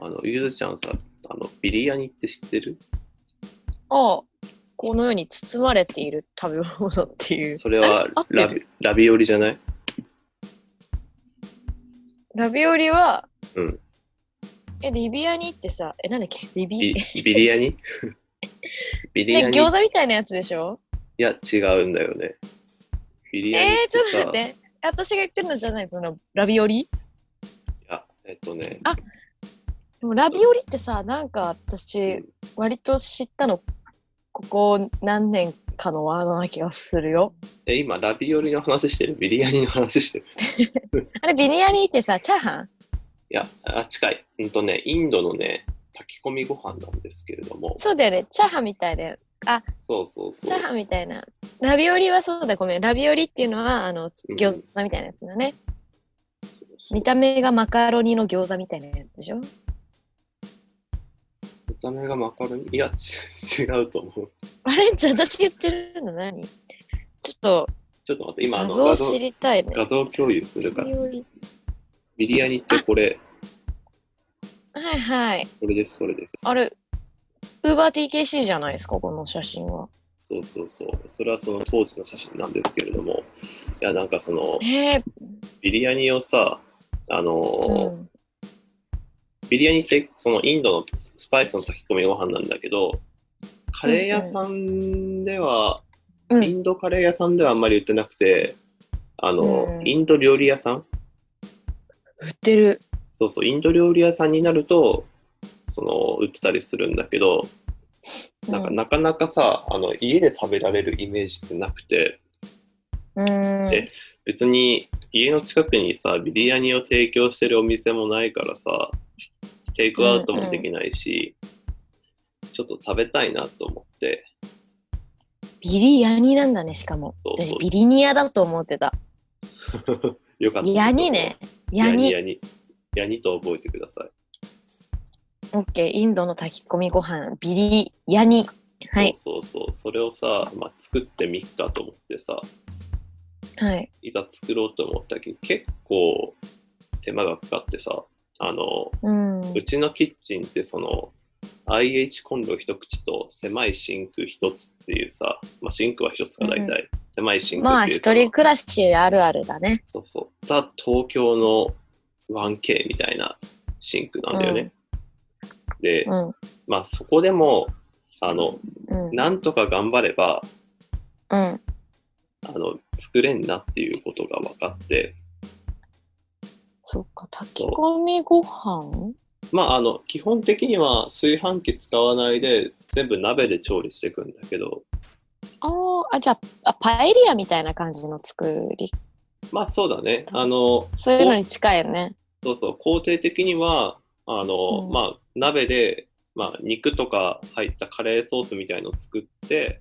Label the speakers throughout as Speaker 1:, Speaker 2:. Speaker 1: あの、ゆずちゃんさ、あの、ビリヤニって知ってる
Speaker 2: ああ、このように包まれている食べ物っていう。
Speaker 1: それは
Speaker 2: あれ合
Speaker 1: ラ
Speaker 2: ってる
Speaker 1: ビラビオリじゃない
Speaker 2: ラビオリは、
Speaker 1: うん
Speaker 2: え、リビアニってさ、え、なんだっけリビ
Speaker 1: ビビリヤ ニビリヤ
Speaker 2: ね、
Speaker 1: ニ
Speaker 2: 餃子みたいなやつでしょ
Speaker 1: いや、違うんだよね。ビリ
Speaker 2: え
Speaker 1: ヤニ
Speaker 2: ー、
Speaker 1: て
Speaker 2: ち
Speaker 1: さ
Speaker 2: ょっと待って。私が言ってるのじゃない、このラビオリ
Speaker 1: いや、えっとね、
Speaker 2: あでもラビオリってさ、なんか私、割と知ったの、ここ何年かのワードな気がするよ。
Speaker 1: え今、ラビオリの話してるビリヤニの話してる
Speaker 2: あれ、ビリヤニってさ、チャーハン
Speaker 1: いや、あ、近い。うんとね、インドのね、炊き込みご飯なんですけれども、
Speaker 2: そうだよね、チャーハンみたいだよ。
Speaker 1: そうそうそう。
Speaker 2: チャーハンみたいな。ラビオリはそうだ、ごめん。ラビオリっていうのは、あの、餃子みたいなやつだね。見た目がマカロニの餃子みたいなやつでしょ
Speaker 1: 見た目がマカロニいや、ち違うと思う。
Speaker 2: あれじゃあ私言ってるの何ちょっと
Speaker 1: ちょっと待って、今、あ
Speaker 2: 画
Speaker 1: の
Speaker 2: 像
Speaker 1: 画
Speaker 2: 知
Speaker 1: 像、
Speaker 2: りたいね。
Speaker 1: 画像共有するから。
Speaker 2: は
Speaker 1: ビリヤニってこれ、
Speaker 2: いはい。
Speaker 1: これです、これです。
Speaker 2: あれ、ウーバー TKC じゃないですか、この写真は。
Speaker 1: そうそうそう。それはその当時の写真なんですけれども、いや、なんかその、
Speaker 2: へえ、
Speaker 1: ビリヤニをさ、あの
Speaker 2: う
Speaker 1: ー
Speaker 2: ん。
Speaker 1: ビリヤニってそのインドのスパイスの炊き込みご飯なんだけど、カレー屋さんでは、
Speaker 2: うん
Speaker 1: インドカレー屋さんではあんまり売ってなくて、あの、
Speaker 2: うん
Speaker 1: インド料理屋さん
Speaker 2: 売ってる。
Speaker 1: そうそう、インド料理屋さんになると、その、売ってたりするんだけど、なんか
Speaker 2: うん
Speaker 1: なかなかさ、あの、家で食べられるイメージってなくて、
Speaker 2: うん。
Speaker 1: え別に家の近くにさ、ビリヤニを提供してるお店もないからさ、テイクアウトもできないし、ちょっと食べたいなと思 って、
Speaker 2: ビリヤニなんだね、しかも。
Speaker 1: そうそう
Speaker 2: 私、ビリニアだと思ってた。
Speaker 1: よかった。
Speaker 2: ヤニね。。
Speaker 1: ヤ
Speaker 2: ヤ
Speaker 1: ニ。
Speaker 2: ニ。
Speaker 1: ヤニ。ヤニと覚えてください。
Speaker 2: オッケー、インドの炊き込みご飯、ビリヤニ。はい。
Speaker 1: そうそうそう。それをさ、まあ、作ってみっかと思ってさ、
Speaker 2: はい。
Speaker 1: いざ作ろうと思ったけど、結構手間がかかってさ、あの、
Speaker 2: うん。
Speaker 1: うちのキッチンってその IH コンロ一口と狭いシンク一つっていうさ、まあ、シンクは一つか大体、
Speaker 2: うん
Speaker 1: 狭いシンク
Speaker 2: まあ、
Speaker 1: っていう
Speaker 2: 一人暮らしあるあるだね。
Speaker 1: そのそうそうザ東京の 1K みたいなシンクなんだよね、で、
Speaker 2: うん。う
Speaker 1: まあそこでもあの
Speaker 2: ん。
Speaker 1: なんとか頑張れば
Speaker 2: うん。
Speaker 1: あの作れんなっていうことが分かって
Speaker 2: そっか、炊き込みご飯
Speaker 1: まああの基本的には炊飯器使わないで全部鍋で調理していくんだけど
Speaker 2: あーあ、じゃああ、パエリアみたいな感じの作り。
Speaker 1: まあそうだねあの
Speaker 2: そういうのに近いよね。
Speaker 1: そうそう、工程的には、あの、
Speaker 2: うん
Speaker 1: まあ、鍋で、まあ、肉とか入ったカレーソースみたいのを作って、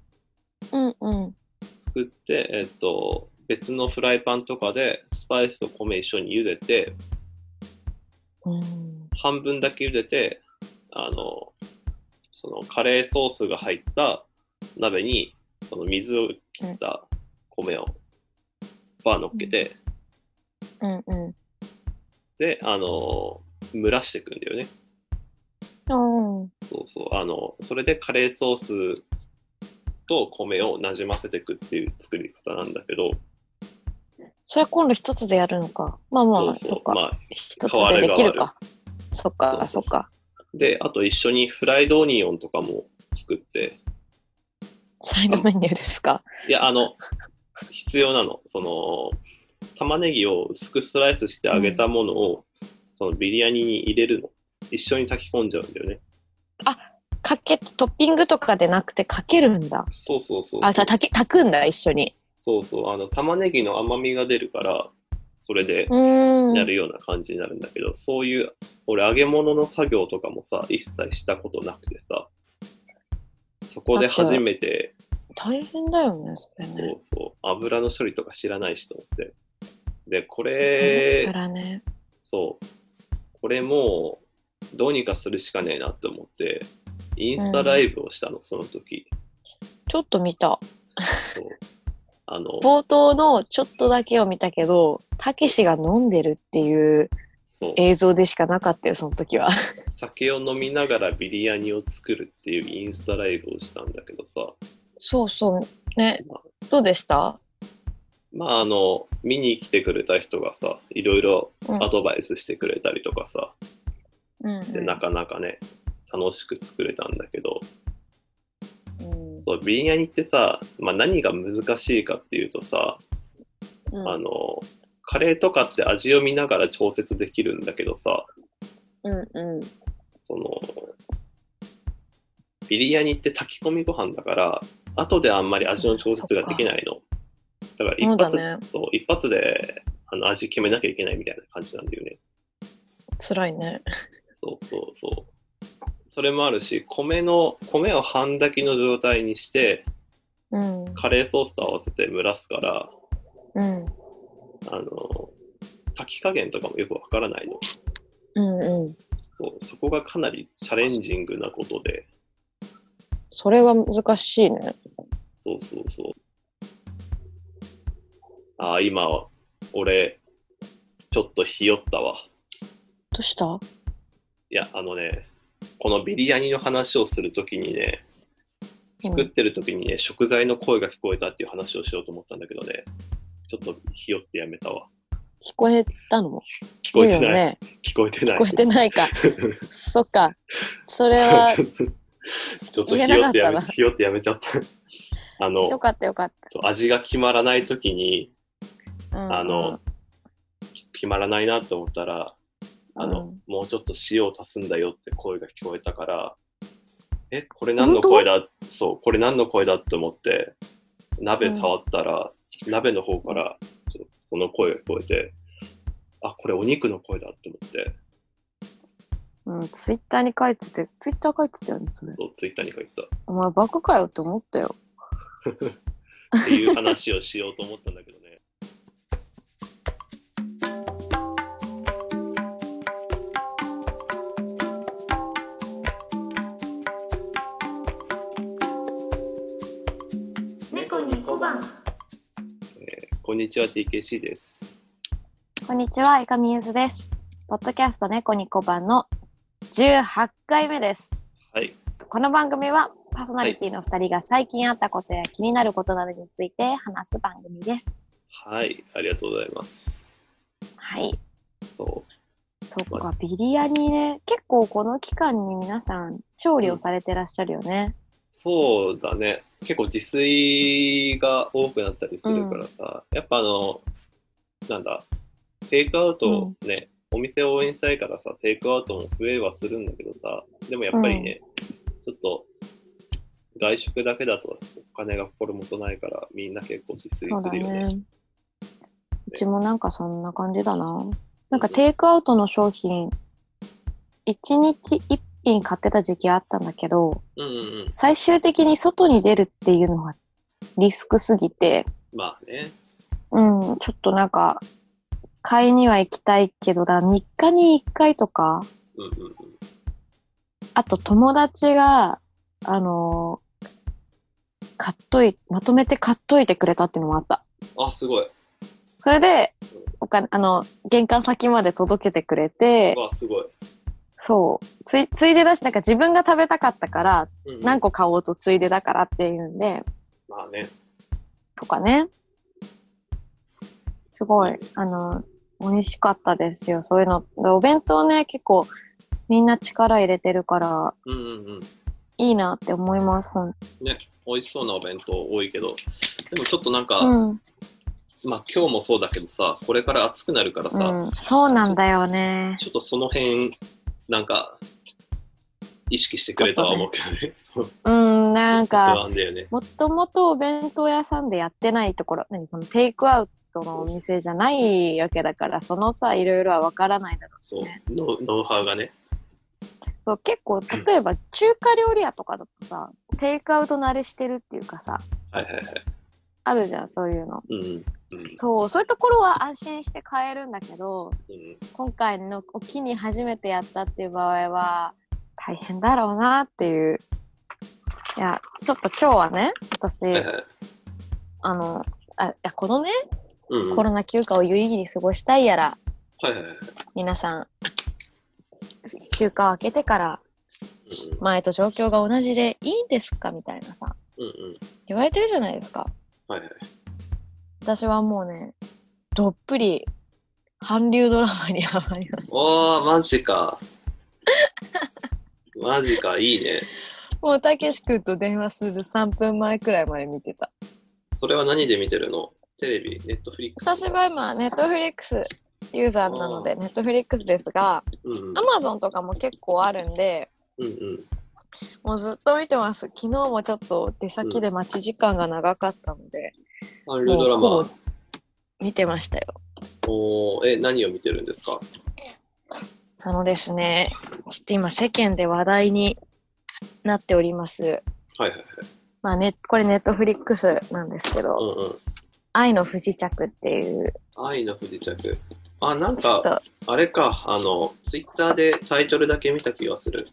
Speaker 2: うんうん。
Speaker 1: 作って、えっと、別のフライパンとかで、スパイスと米一緒に茹でて、
Speaker 2: うん、
Speaker 1: 半分だけ茹でて、あの、そのカレーソースが入った鍋に、その水を切った米をバー乗っけて、
Speaker 2: うんうん
Speaker 1: で、あの、蒸らしていくんだよね。
Speaker 2: うん。
Speaker 1: そうそう。あの、それでカレーソースと米をなじませていくっていう作り方なんだけど、
Speaker 2: それは今度一つでやるのか。まあまあ、
Speaker 1: そう
Speaker 2: そっ
Speaker 1: そう。
Speaker 2: か。
Speaker 1: まあ、
Speaker 2: 一つでできる
Speaker 1: 変わ
Speaker 2: か。そっか、
Speaker 1: そ
Speaker 2: そうっか。
Speaker 1: で、あと一緒にフライドオニオンとかも作って、
Speaker 2: サイドメニューですか。
Speaker 1: いや、あの、必要なの。その、玉ねぎを薄くスライスして揚げたものを、そのビリヤニに入れるの。一緒に炊き込んじゃうんだよね。
Speaker 2: かけ、トッピングとかでなくてかけるんだ。
Speaker 1: そうそうそうそう。
Speaker 2: あ、た炊き炊くんだ、一緒に。
Speaker 1: そうそう。あの、玉ねぎの甘みが出るから、それで
Speaker 2: うーん。
Speaker 1: なるような感じになるんだけど、そういう、俺、揚げ物の作業とかもさ、一切したことなくてさ、そこで初めて、
Speaker 2: 大変だよね、それ
Speaker 1: そう
Speaker 2: ね。
Speaker 1: そう、油の処理とか知らないしと思って。で、こ
Speaker 2: だ
Speaker 1: れ
Speaker 2: か、らね。
Speaker 1: そう、これもう、どうにかするしかねえなって思って、インスタライブをしたの、その時。
Speaker 2: ちょっと見た。
Speaker 1: そう。あの、
Speaker 2: 冒頭のちょっとだけを見たけど、たけしが飲んでるっていう
Speaker 1: そう
Speaker 3: 映像でしかなかったよ、その時 は。
Speaker 1: 酒を飲みながらビリヤニを作るっていうインスタライブをしたんだけどさ、
Speaker 3: そうそう。ね
Speaker 1: まあ。
Speaker 3: どうでした、
Speaker 1: まああの、見に来てくれた人がさ、いろいろ
Speaker 3: うん
Speaker 1: アドバイスしてくれたりとかさ、
Speaker 3: うんうん
Speaker 1: でなかなかね、楽しく作れたんだけど、
Speaker 3: うん
Speaker 1: そう、ビリヤニってさ、まあ何が難しいかっていうとさ、
Speaker 3: うん
Speaker 1: あの、カレーとかって味を見ながら調節できるんだけどさ、
Speaker 3: うんうん
Speaker 1: その、ビリヤニって炊き込みご飯だから、後であんまり味の調節ができないの。だから一発、
Speaker 3: そうだね
Speaker 1: そう、一発であの味決めなきゃいけないみたいな感じなんだよね。
Speaker 3: 辛いね。
Speaker 1: そうそうそう。それもあるし、米の、米を半炊きの状態にして、
Speaker 3: うん。
Speaker 1: カレーソースと合わせて蒸らすから、
Speaker 3: うん。
Speaker 1: あの、炊き加減とかもよくわからないの。
Speaker 3: うんうん。
Speaker 1: そう、そこがかなりチャレンジングなことで、
Speaker 3: それは難しいね。
Speaker 1: そうそうそう。ああ、今、俺、ちょっとひよったわ。
Speaker 3: どうした
Speaker 1: いや、あのね、このビリヤニの話をするときにね、
Speaker 3: うん
Speaker 1: 作ってるときにね、食材の声が聞こえたっていう話をしようと思ったんだけどね、ちょっとひよってやめたわ。
Speaker 3: 聞こえたの
Speaker 1: 聞こえてない。
Speaker 3: よね。
Speaker 1: 聞こえてない。
Speaker 3: 聞こえてない か。そっか。それは
Speaker 1: ちょっと ちょっと
Speaker 3: 言え
Speaker 1: ひよ
Speaker 3: なか
Speaker 1: っ
Speaker 3: って
Speaker 1: や
Speaker 3: た
Speaker 1: め
Speaker 3: な。
Speaker 1: ひよってやめちゃった。あの
Speaker 3: よかったよかっ
Speaker 1: そう味が決まらないときに、
Speaker 3: た。うん
Speaker 1: あの、決まらないなって思ったら、あの、
Speaker 3: うん
Speaker 1: もうちょっと塩を足すんだよって声が聞こえたから、え、これ何の声だそう、これ何の声だって思って、鍋触ったら、鍋の方からちょっとその声が聞こえて、あ、これお肉の声だって思って、
Speaker 2: うん、ツイッターに書いてて、ツイッター書いてたよね、それ。
Speaker 1: そうツイッターに書いて
Speaker 2: お前バカかよって思ったよ。
Speaker 1: たっていう話をしようと思ったんだけどね。
Speaker 2: 猫に5番。
Speaker 1: えーこんにちは、TKC です。
Speaker 2: こんにちは、いかみゆずです。ポッドキャスト猫に5番の18回目です。
Speaker 1: はい、
Speaker 2: この番組はパーソナリティの2人が最近あったことや気になることなどについて話す番組です。
Speaker 1: はい、ありがとうございます。
Speaker 2: はい。
Speaker 1: そ
Speaker 2: そっか、ビリヤニね。結構この期間に皆さん調理をされてらっしゃるよね。
Speaker 1: そうだね結構自炊が多くなったりするからさ、やっぱあのなんだテイクアウトね、お店を応援したいからさテイクアウトも増えはするんだけどさでもやっぱりね、ちょっと外食だけだとお金が心もとないからみんな結構自炊
Speaker 2: そう
Speaker 1: す
Speaker 2: だ
Speaker 1: るよ
Speaker 2: ね
Speaker 1: ね。
Speaker 2: うちもなんかそんな感じだな。なんかテイクアウトの商品、1日1品買ってた時期あったんだけど、
Speaker 1: うんうんうん
Speaker 2: 最終的に外に出るっていうのがリスクすぎて、
Speaker 1: まあね
Speaker 2: うん、ちょっとなんか、買いには行きたいけどだ、3日に1回とか、
Speaker 1: うんうんうん
Speaker 2: あと友達が、あのー買っとい、まとめて買っといてくれたっていうのもあった。
Speaker 1: あすごい
Speaker 2: それで、お金、あの、玄関先まで届けてくれて、
Speaker 1: わすごい、
Speaker 2: そう。つい、ついでだし、なんか自分が食べたかったから、
Speaker 1: うんうん
Speaker 2: 何個買おうとついでだからっていうんで、
Speaker 1: まあね
Speaker 2: とかね。すごい、あの、美味しかったですよ、そういうの。お弁当ね、結構、みんな力入れてるから、
Speaker 1: うんうんうん
Speaker 2: いいなって思います、ほん。
Speaker 1: ね美味しそうなお弁当多いけどでもちょっとなんか、
Speaker 2: うん。
Speaker 1: まあ今日もそうだけどさ、これから暑くなるからさ、
Speaker 2: うん。そうなんだよね。
Speaker 1: ちょっとその辺、なんか、意識してくれとは思うけど ね。そう
Speaker 2: うん、なん
Speaker 1: ちょ
Speaker 2: か、
Speaker 1: っと不安だよね。
Speaker 2: もともとお弁当屋さんでやってないところ、何そのテイクアウトのお店じゃないわけだから、そのさ、いろいろはわからないだろうし
Speaker 1: そ
Speaker 2: ね。
Speaker 1: う、ノウノウハウがね。
Speaker 2: そう結構例えば中華料理屋とかだとさテイクアウト慣れしてるっていうかさ
Speaker 1: はいはいはい。
Speaker 2: あるじゃんそういうの
Speaker 1: うんうん。うん
Speaker 2: そうそういうところは安心して買えるんだけど
Speaker 1: うん、
Speaker 2: 今回のお気に初めてやったっていう場合は大変だろうなっていういやちょっと今日はね私
Speaker 1: はいはい
Speaker 2: あのあいやこのね
Speaker 1: うんうん
Speaker 2: コロナ休暇を有意義に過ごしたいやら
Speaker 1: はいはいはい。
Speaker 2: 皆さん、休暇を明けてから前と状況が同じでいいんですかみたいなさ、
Speaker 1: うんうん。うんうん。
Speaker 2: 言われてるじゃないですか。
Speaker 1: はいはい。
Speaker 2: 私はもうね、どっぷり韓流ドラマにハマりました。
Speaker 1: おー、マジ か。マジか、いいね。
Speaker 2: もうたけし君と電話する3分前くらいまで見てた。
Speaker 1: それは何で見てるのテレビ、ネットフリックス。
Speaker 2: 私は今、ネットフリックスユーザーなので、ネットフリックスですが、
Speaker 1: うんうん。
Speaker 2: アマゾンとかも結構あるんで、
Speaker 1: うんうん。
Speaker 2: もうずっと見てます。昨日もちょっと出先で待ち時間が長かったので、
Speaker 1: 韓流ドラ
Speaker 2: もう
Speaker 1: マ
Speaker 2: ほ。ぼ見てましたよ。
Speaker 1: おー、え、何を見てるんですか
Speaker 2: あのですね、ちょっと今世間で話題になっております。
Speaker 1: はいはいはい。
Speaker 2: まあね、これネットフリックスなんですけど、
Speaker 1: うんうん。
Speaker 2: 愛の不時着っていう、
Speaker 1: 愛の不時着。あ、なん
Speaker 2: ちょっ
Speaker 1: か、
Speaker 2: と
Speaker 1: あれか、あの、ツイッターでタイトルだけ見た気がする。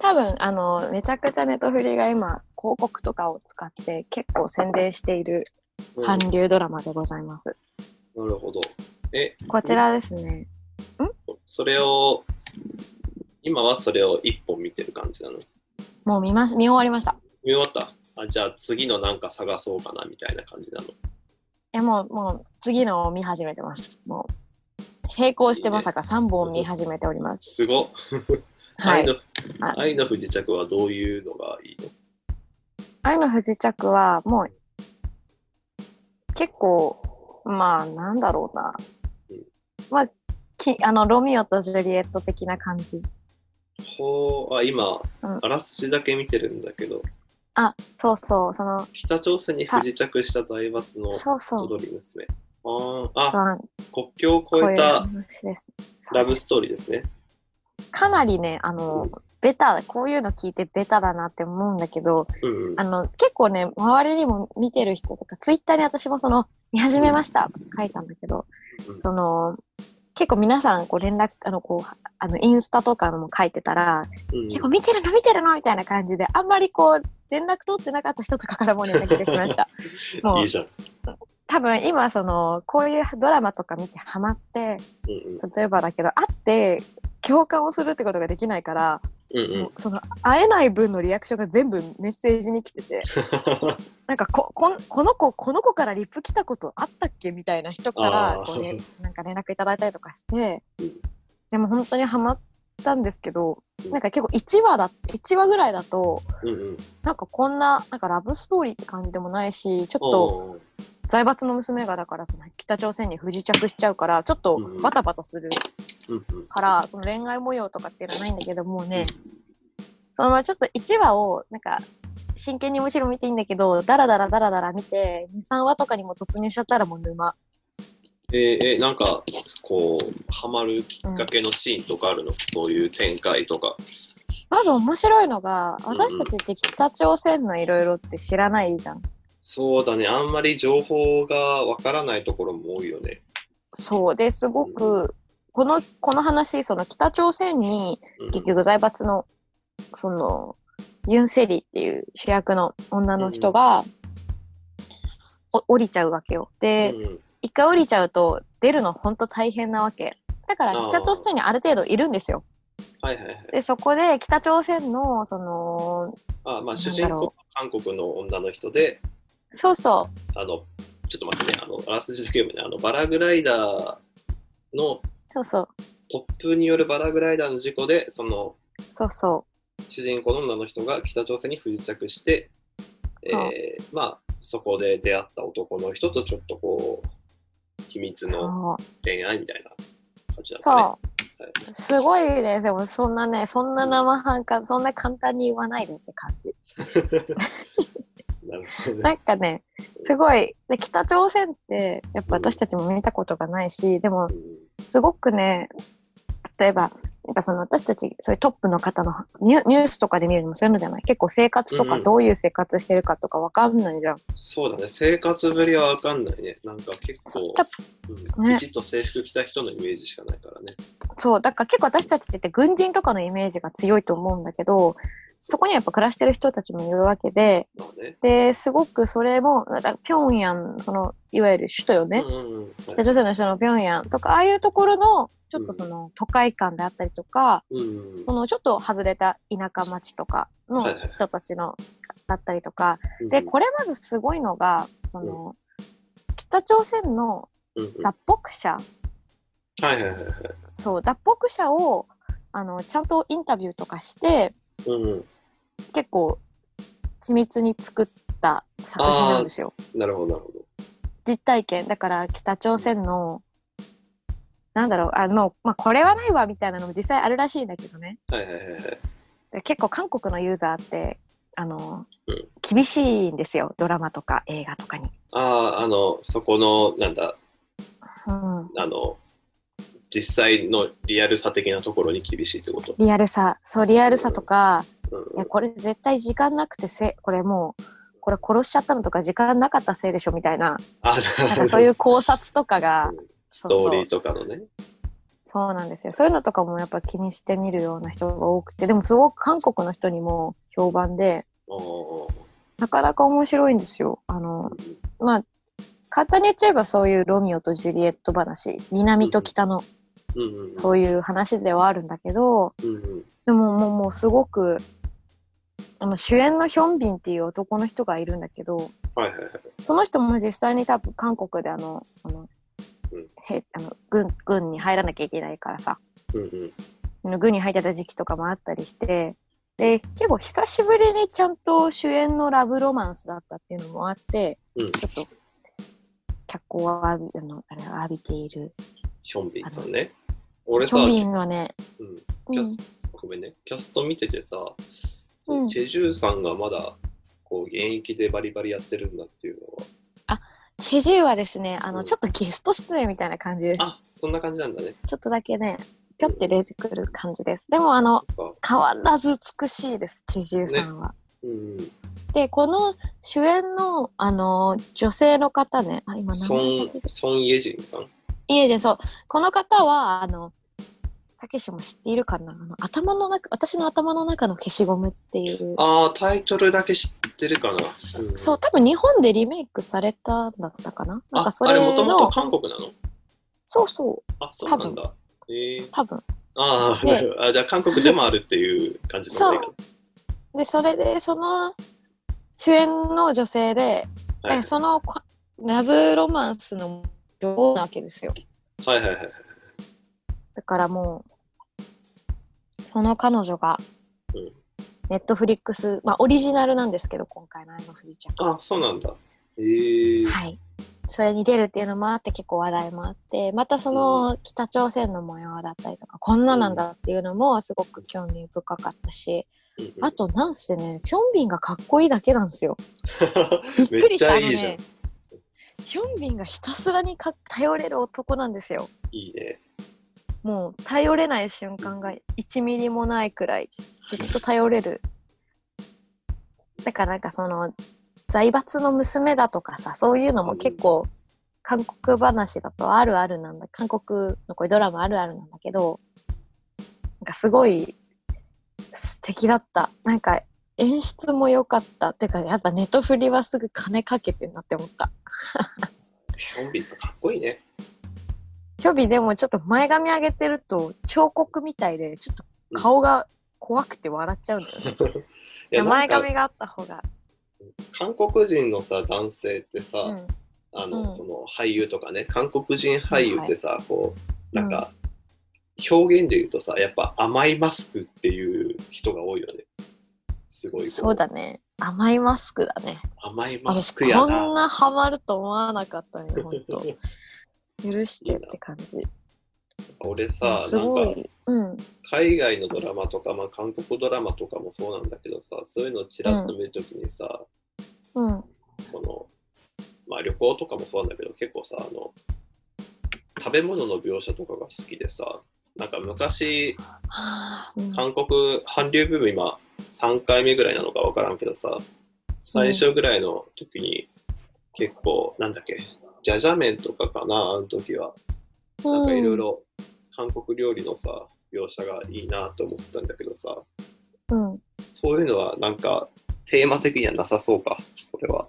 Speaker 2: 多分あの、めちゃくちゃネットフリが今広告とかを使って結構宣伝している
Speaker 1: うん
Speaker 2: 韓流ドラマでございます。
Speaker 1: なるほど。え、
Speaker 2: こちらですね。
Speaker 1: それを、今はそれを一本見てる感じなの。
Speaker 2: もう見ます、見終わりました。
Speaker 1: 見終わった。あ、じゃあ次のなんか探そうかなみたいな感じなの。
Speaker 2: え、もう、もう次のを見始めてます。もう、並行してまさか3本見始めております。
Speaker 1: すごっ。
Speaker 2: は
Speaker 1: 愛
Speaker 2: い。
Speaker 1: の愛の不時着はどういうのがいいの
Speaker 2: 愛の不時着はもう結構まあなんだろうな
Speaker 1: うん
Speaker 2: まあきあのロミオとジュリエット的な感じ
Speaker 1: ほう、あ、今、
Speaker 2: うん
Speaker 1: あらすじだけ見てるんだけど、
Speaker 2: あそうそうその
Speaker 1: 北朝鮮に不時着した財閥の
Speaker 2: そうそう
Speaker 1: 踊り娘。あーあ、
Speaker 2: そう
Speaker 1: 国境を
Speaker 2: こ
Speaker 1: 越
Speaker 2: うい
Speaker 1: え
Speaker 2: う
Speaker 1: た
Speaker 2: 話ですそ
Speaker 1: ラ
Speaker 2: うで
Speaker 1: ブ
Speaker 2: す
Speaker 1: ストーリーですね。
Speaker 2: かなりねあの、
Speaker 1: うん
Speaker 2: ベタこういうの聞いてベタだなって思うんだけど
Speaker 1: うんうん
Speaker 2: あ。の結構ね周りにも見てる人とかツイッターに私もその見始めましたとか書いたんだけど
Speaker 1: うん
Speaker 2: その結構皆さんこう連絡あのこうあのインスタとかのも書いてたら、
Speaker 1: うん
Speaker 2: 結構見てるの見てるのみたいな感じであんまりこう連絡取ってなかった人とかからも連絡できましたも
Speaker 1: いういじゃん。
Speaker 2: 多分今そのこういうドラマとか見てハマって
Speaker 1: うんうん
Speaker 2: 例えばだけど会って共感をするってことができないから、
Speaker 1: うんう
Speaker 2: も
Speaker 1: ん。
Speaker 2: うその会えない分のリアクションが全部メッセージに来ててなんかここんこの子この子からリップ来たことあったっけみたいな人から
Speaker 1: あー
Speaker 2: こう、 ね、なんか連絡いただいたりとかして
Speaker 1: うん
Speaker 2: でも本当にハマったんですけど
Speaker 1: うん
Speaker 2: なんか結構1話だ1話ぐらいだと
Speaker 1: うんうん。
Speaker 2: なんかこんななんかラブストーリーって感じでもないしちょっ と
Speaker 1: おー
Speaker 2: 財閥の娘がだからその北朝鮮に不時着しちゃうからちょっと
Speaker 1: うん
Speaker 2: バタバタする
Speaker 1: うんうん。
Speaker 2: から、その恋愛模様とかっていうのはないんだけどもうねそのままちょっと1話をなんか真剣にもちろん見ていいんだけどダラダラダラダラ見て23話とかにも突入しちゃったらもう沼
Speaker 1: えーえーなんか、こう、ハマるきっかけのシーンとかあるの、そういう展開とか。
Speaker 2: まず面白いのが
Speaker 1: ん
Speaker 2: 私たちって北朝鮮のいろいろって知らないじゃん
Speaker 1: そうだね、あんまり情報がわからないところも多いよね。
Speaker 2: そうですごくこのこの話その北朝鮮に
Speaker 1: うん
Speaker 2: 結局財閥のそのユン・セリっていう主役の女の人が、お降りちゃうわけよで、
Speaker 1: うん
Speaker 2: 一回降りちゃうと出るのほんと大変なわけだから
Speaker 1: あー
Speaker 2: 北朝鮮にある程度いるんですよ
Speaker 1: はいはいはい。
Speaker 2: でそこで北朝鮮のその
Speaker 1: あま
Speaker 2: なんだろう
Speaker 1: あ、主人公は韓国の女の人で、
Speaker 2: そうそ
Speaker 1: あの、ちょっと待ってね、あの、あらすじだけ読むね、あの、バラグライダーの
Speaker 2: うそうそう
Speaker 1: 突風によるバラグライダーの事故で、その、
Speaker 2: そうそ
Speaker 1: 主人公の女の人が北朝鮮に不時着して、
Speaker 2: そう
Speaker 1: えーまあ、そこで出会った男の人とちょっとこう、秘密
Speaker 2: う
Speaker 1: の
Speaker 2: そう
Speaker 1: 恋愛みたいな感じなんだね。
Speaker 2: そうすごいねでもそんなねそんな生半可そんな簡単に言わないでって感じ
Speaker 1: なるほどね。
Speaker 2: なんかね、すごい、で北朝鮮って、やっぱ私たちも見たことがないし、でも、すごくね、例えば、なんかその私たち、そういうトップの方のニュニュースとかで見るのもそういうのじゃない結構生活と
Speaker 1: う
Speaker 2: か
Speaker 1: んうん
Speaker 2: どういう生活してるかとかわかんないじゃん。
Speaker 1: そうだね、生活ぶりはわかんないね。なんか結構、
Speaker 2: た
Speaker 1: うん、
Speaker 2: ね
Speaker 1: きちっと制服着た人のイメージしかないからね。
Speaker 2: そう、だから結構私たちって軍人とかのイメージが強いと思うんだけど、そこにはやっぱ暮らしてる人たちもいるわけで、
Speaker 1: まあね。
Speaker 2: ですごくそれも、だから平壌、その、いわゆる首都よね。
Speaker 1: うんうんうん
Speaker 2: 北朝鮮の人の平壌とか、ああいうところの、ちょっとその、都会感であったりとか、
Speaker 1: うんうん
Speaker 2: その、ちょっと外れた田舎町とかの
Speaker 1: はいはい
Speaker 2: 人たちの、だったりとか。で、これまずすごいのが、その、北朝鮮の
Speaker 1: うんうん
Speaker 2: 脱北者、
Speaker 1: はいはいはいはい。
Speaker 2: そう、脱北者を、あの、ちゃんとインタビューとかして、
Speaker 1: うんうん。
Speaker 2: 結構、緻密に作った作品なんですよ。
Speaker 1: なるほどなるほど。
Speaker 2: 実体験だから北朝鮮のなんだろうあの、まあ、これはないわみたいなのも実際あるらしいんだけどね
Speaker 1: はいはいはいはい。
Speaker 2: で結構韓国のユーザーってあの、
Speaker 1: うん
Speaker 2: 厳しいんですよドラマとか映画とかに。
Speaker 1: ああ、あの、そこの、なんだ、
Speaker 2: うん、
Speaker 1: あの、実際のリアルさ的なところに厳しいってこと。
Speaker 2: リアルさそうリアルさとか、
Speaker 1: うん
Speaker 2: いやこれ絶対時間なくてせこれもうこれ殺しちゃったのとか時間なかったせいでしょみたいな
Speaker 1: あ
Speaker 2: なんかそういう考察とか が
Speaker 1: うんス
Speaker 2: そう
Speaker 1: トー
Speaker 2: そ
Speaker 1: リ
Speaker 2: う
Speaker 1: ーとかのね。
Speaker 2: そうなんですよ。そういうのとかもやっぱ気にしてみるような人が多くて、でもすごく韓国の人にも評判で、
Speaker 1: おー
Speaker 2: なかなか面白いんですよ。あの、まあ、簡単に言っちゃえばそういうロミオとジュリエット話、南と北の
Speaker 1: うんうんうん
Speaker 2: そういう話ではあるんだけど、
Speaker 1: うんうん
Speaker 2: でももうもうすごく、あの主演のヒョンビンっていう男の人がいるんだけど、
Speaker 1: はいはいはい。
Speaker 2: その人も実際に多分韓国であの、その
Speaker 1: うん、
Speaker 2: へあの軍軍に入らなきゃいけないからさ、
Speaker 1: うんうん
Speaker 2: 軍に入ってた時期とかもあったりしてで結構久しぶりにちゃんと主演のラブロマンスだったっていうのもあって
Speaker 1: うん。
Speaker 2: ちょっと脚光を浴びあのあれ浴びている
Speaker 1: ヒョンビンさんね。俺
Speaker 2: 庶
Speaker 1: さ、
Speaker 2: 民はね、
Speaker 1: うん
Speaker 2: う
Speaker 1: キャ
Speaker 2: ん
Speaker 1: ス、ごめんね、キャスト見ててさ、
Speaker 2: うん
Speaker 1: チェジュさんがまだこう現役でバリバリやってるんだっていうのは、
Speaker 2: チェジュはですねあの、
Speaker 1: うん
Speaker 2: ちょっとゲスト出演みたいな感じです
Speaker 1: あそんな感じなんだね。
Speaker 2: ちょっとだけねぴょって出てくる感じですでもあの
Speaker 1: そっか
Speaker 2: 変わらず美しいですチェジュさんは、
Speaker 1: うんうん、
Speaker 2: でこの主演のあの女性の方ねあ今名
Speaker 1: ソ
Speaker 2: 前
Speaker 1: ン・ソン・イェジンさん。
Speaker 2: いえじゃんそうこの方はあのたけしも知っているかなあの頭の中私の頭の中の消しゴムっていう
Speaker 1: ああ、タイトルだけ知ってるかな。うん
Speaker 2: そう多分日本でリメイクされたんだったかななん
Speaker 1: あ
Speaker 2: かそ
Speaker 1: あ
Speaker 2: れ
Speaker 1: れもともと
Speaker 2: の
Speaker 1: 韓国なの
Speaker 2: そうそう
Speaker 1: あ、そうなんだ。えー、
Speaker 2: 多分
Speaker 1: あー
Speaker 2: で
Speaker 1: なるほど あ、じゃあ韓国でもあるっていう感じなんだ
Speaker 2: そでそれでその主演の女性で、
Speaker 1: はい
Speaker 2: でそのこラブロマンスの女王なわけですよ
Speaker 1: はいはいはいはい。
Speaker 2: だからもうその彼女が
Speaker 1: うん
Speaker 2: ネットフリックス、まあ、オリジナルなんですけど今回の「あの富士ちゃん」
Speaker 1: あ、そうなんだ。えー、
Speaker 2: はい。それに出るっていうのもあって結構話題もあってまたその北朝鮮の模様だったりとかこんななんだっていうのもすごく興味深かったし
Speaker 1: うんうん
Speaker 2: あとなんせねヒョンビンがかっこいいだけなんですよびっく
Speaker 1: めっ
Speaker 2: りし
Speaker 1: ち
Speaker 2: た
Speaker 1: ゃ
Speaker 2: あ
Speaker 1: い
Speaker 2: の
Speaker 1: いじゃん
Speaker 2: ね。ヒョンビンがひたすらにか頼れる男なんですよ
Speaker 1: いいね。
Speaker 2: もう頼れない瞬間が1ミリもないくらいずっと頼れるだからなんかその財閥の娘だとかさそういうのも結構韓国話だとあるあるなんだ韓国のこういうドラマあるあるなんだけどなんかすごい素敵だったなんか演出も良かったてかやっぱネトフリはすぐ金かけてんなって思った
Speaker 1: ヒョンビンさんかっこいいね。
Speaker 2: 虚偽でもちょっと前髪上げてると彫刻みたいでちょっと顔が怖くて笑っちゃうんだよね。
Speaker 1: いやな
Speaker 2: 前
Speaker 1: んか
Speaker 2: 髪があった方が。
Speaker 1: 韓国人のさ男性ってさ、
Speaker 2: うん、
Speaker 1: あの
Speaker 2: うん
Speaker 1: その俳優とかね韓国人俳優ってさ、こうなんか、表現で言うとさやっぱ甘いマスクっていう人が多いよねすごいこ
Speaker 2: そうだね。甘いマスクだね。
Speaker 1: 甘いマ
Speaker 2: 私
Speaker 1: ス
Speaker 2: こ
Speaker 1: ク
Speaker 2: ん
Speaker 1: やな
Speaker 2: なハマると思わなかったね、ほん と。許してって感じ。
Speaker 1: 俺さ
Speaker 2: す
Speaker 1: なん
Speaker 2: ご
Speaker 1: か
Speaker 2: い。うん。
Speaker 1: 海外のドラマとか、まあ、韓国ドラマとかもそうなんだけどさそういうのをちらっと見るときにさ、
Speaker 2: うん。
Speaker 1: そのまあ旅行とかもそうなんだけど結構さあの食べ物の描写とかが好きでさなんか昔
Speaker 2: はあうん
Speaker 1: 韓国韓流ブーム今3回目ぐらいなのか分からんけどさ最初ぐらいの時に結構なんだっけじゃじゃ麺とかかなあの時はなんかいろいろ韓国料理のさ描写がいいなと思ったんだけどさ
Speaker 2: うん。
Speaker 1: そういうのはなんかテーマ的にはなさそうか、これは。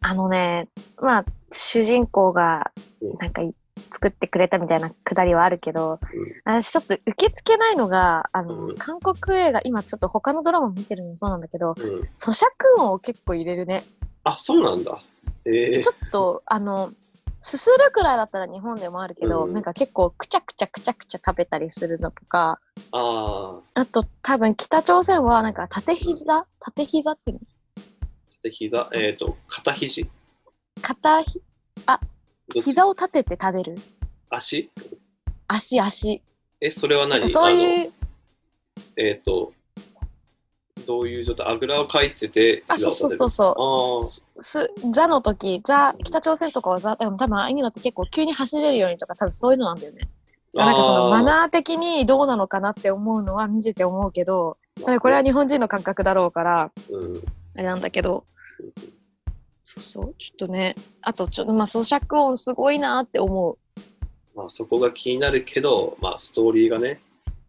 Speaker 2: あのね、まあ、主人公が
Speaker 1: うん
Speaker 2: なんかい作ってくれたみたいなくだりはあるけど、
Speaker 1: うん
Speaker 2: 私ちょっと受け付けないのが、あの、
Speaker 1: うん
Speaker 2: 韓国映画、今ちょっと他のドラマ見てるのもそうなんだけど、
Speaker 1: うん、
Speaker 2: 咀嚼音を結構入れるね。
Speaker 1: あ、そうなんだ。えー
Speaker 2: ちょっと、あの、すするくらいだったら日本でもあるけど、
Speaker 1: うん
Speaker 2: なんか結構くちゃくちゃくちゃくちゃ食べたりするのとか、
Speaker 1: ああ、
Speaker 2: あと多分北朝鮮はなんか縦膝縦膝っていうの
Speaker 1: で膝、えっ、と、肩肘、
Speaker 2: 片ひ、
Speaker 1: どっち
Speaker 2: 膝を立てて食べる。
Speaker 1: 足
Speaker 2: 足足。
Speaker 1: え、それは何
Speaker 2: そう
Speaker 1: あの
Speaker 2: いう、
Speaker 1: えっ、と、どういう状態あぐらをかいてて、。
Speaker 2: あ、そうそうそううそう。す、座の時、座、北朝鮮とかは座、でも多分ああいうのって結構急に走れるようにとか、多分そういうのなんだよね。なんかそのマナー的にどうなのかなって思うのは見せて思うけど、
Speaker 1: ー
Speaker 2: これは、日本人の感覚だろうから、
Speaker 1: うん、
Speaker 2: あれなんだけど、そうそう、ちょっとね、あとちょっと、まあ、咀嚼音すごいなって思う。
Speaker 1: まあ、そこが気になるけど、まあ、ストーリーがね、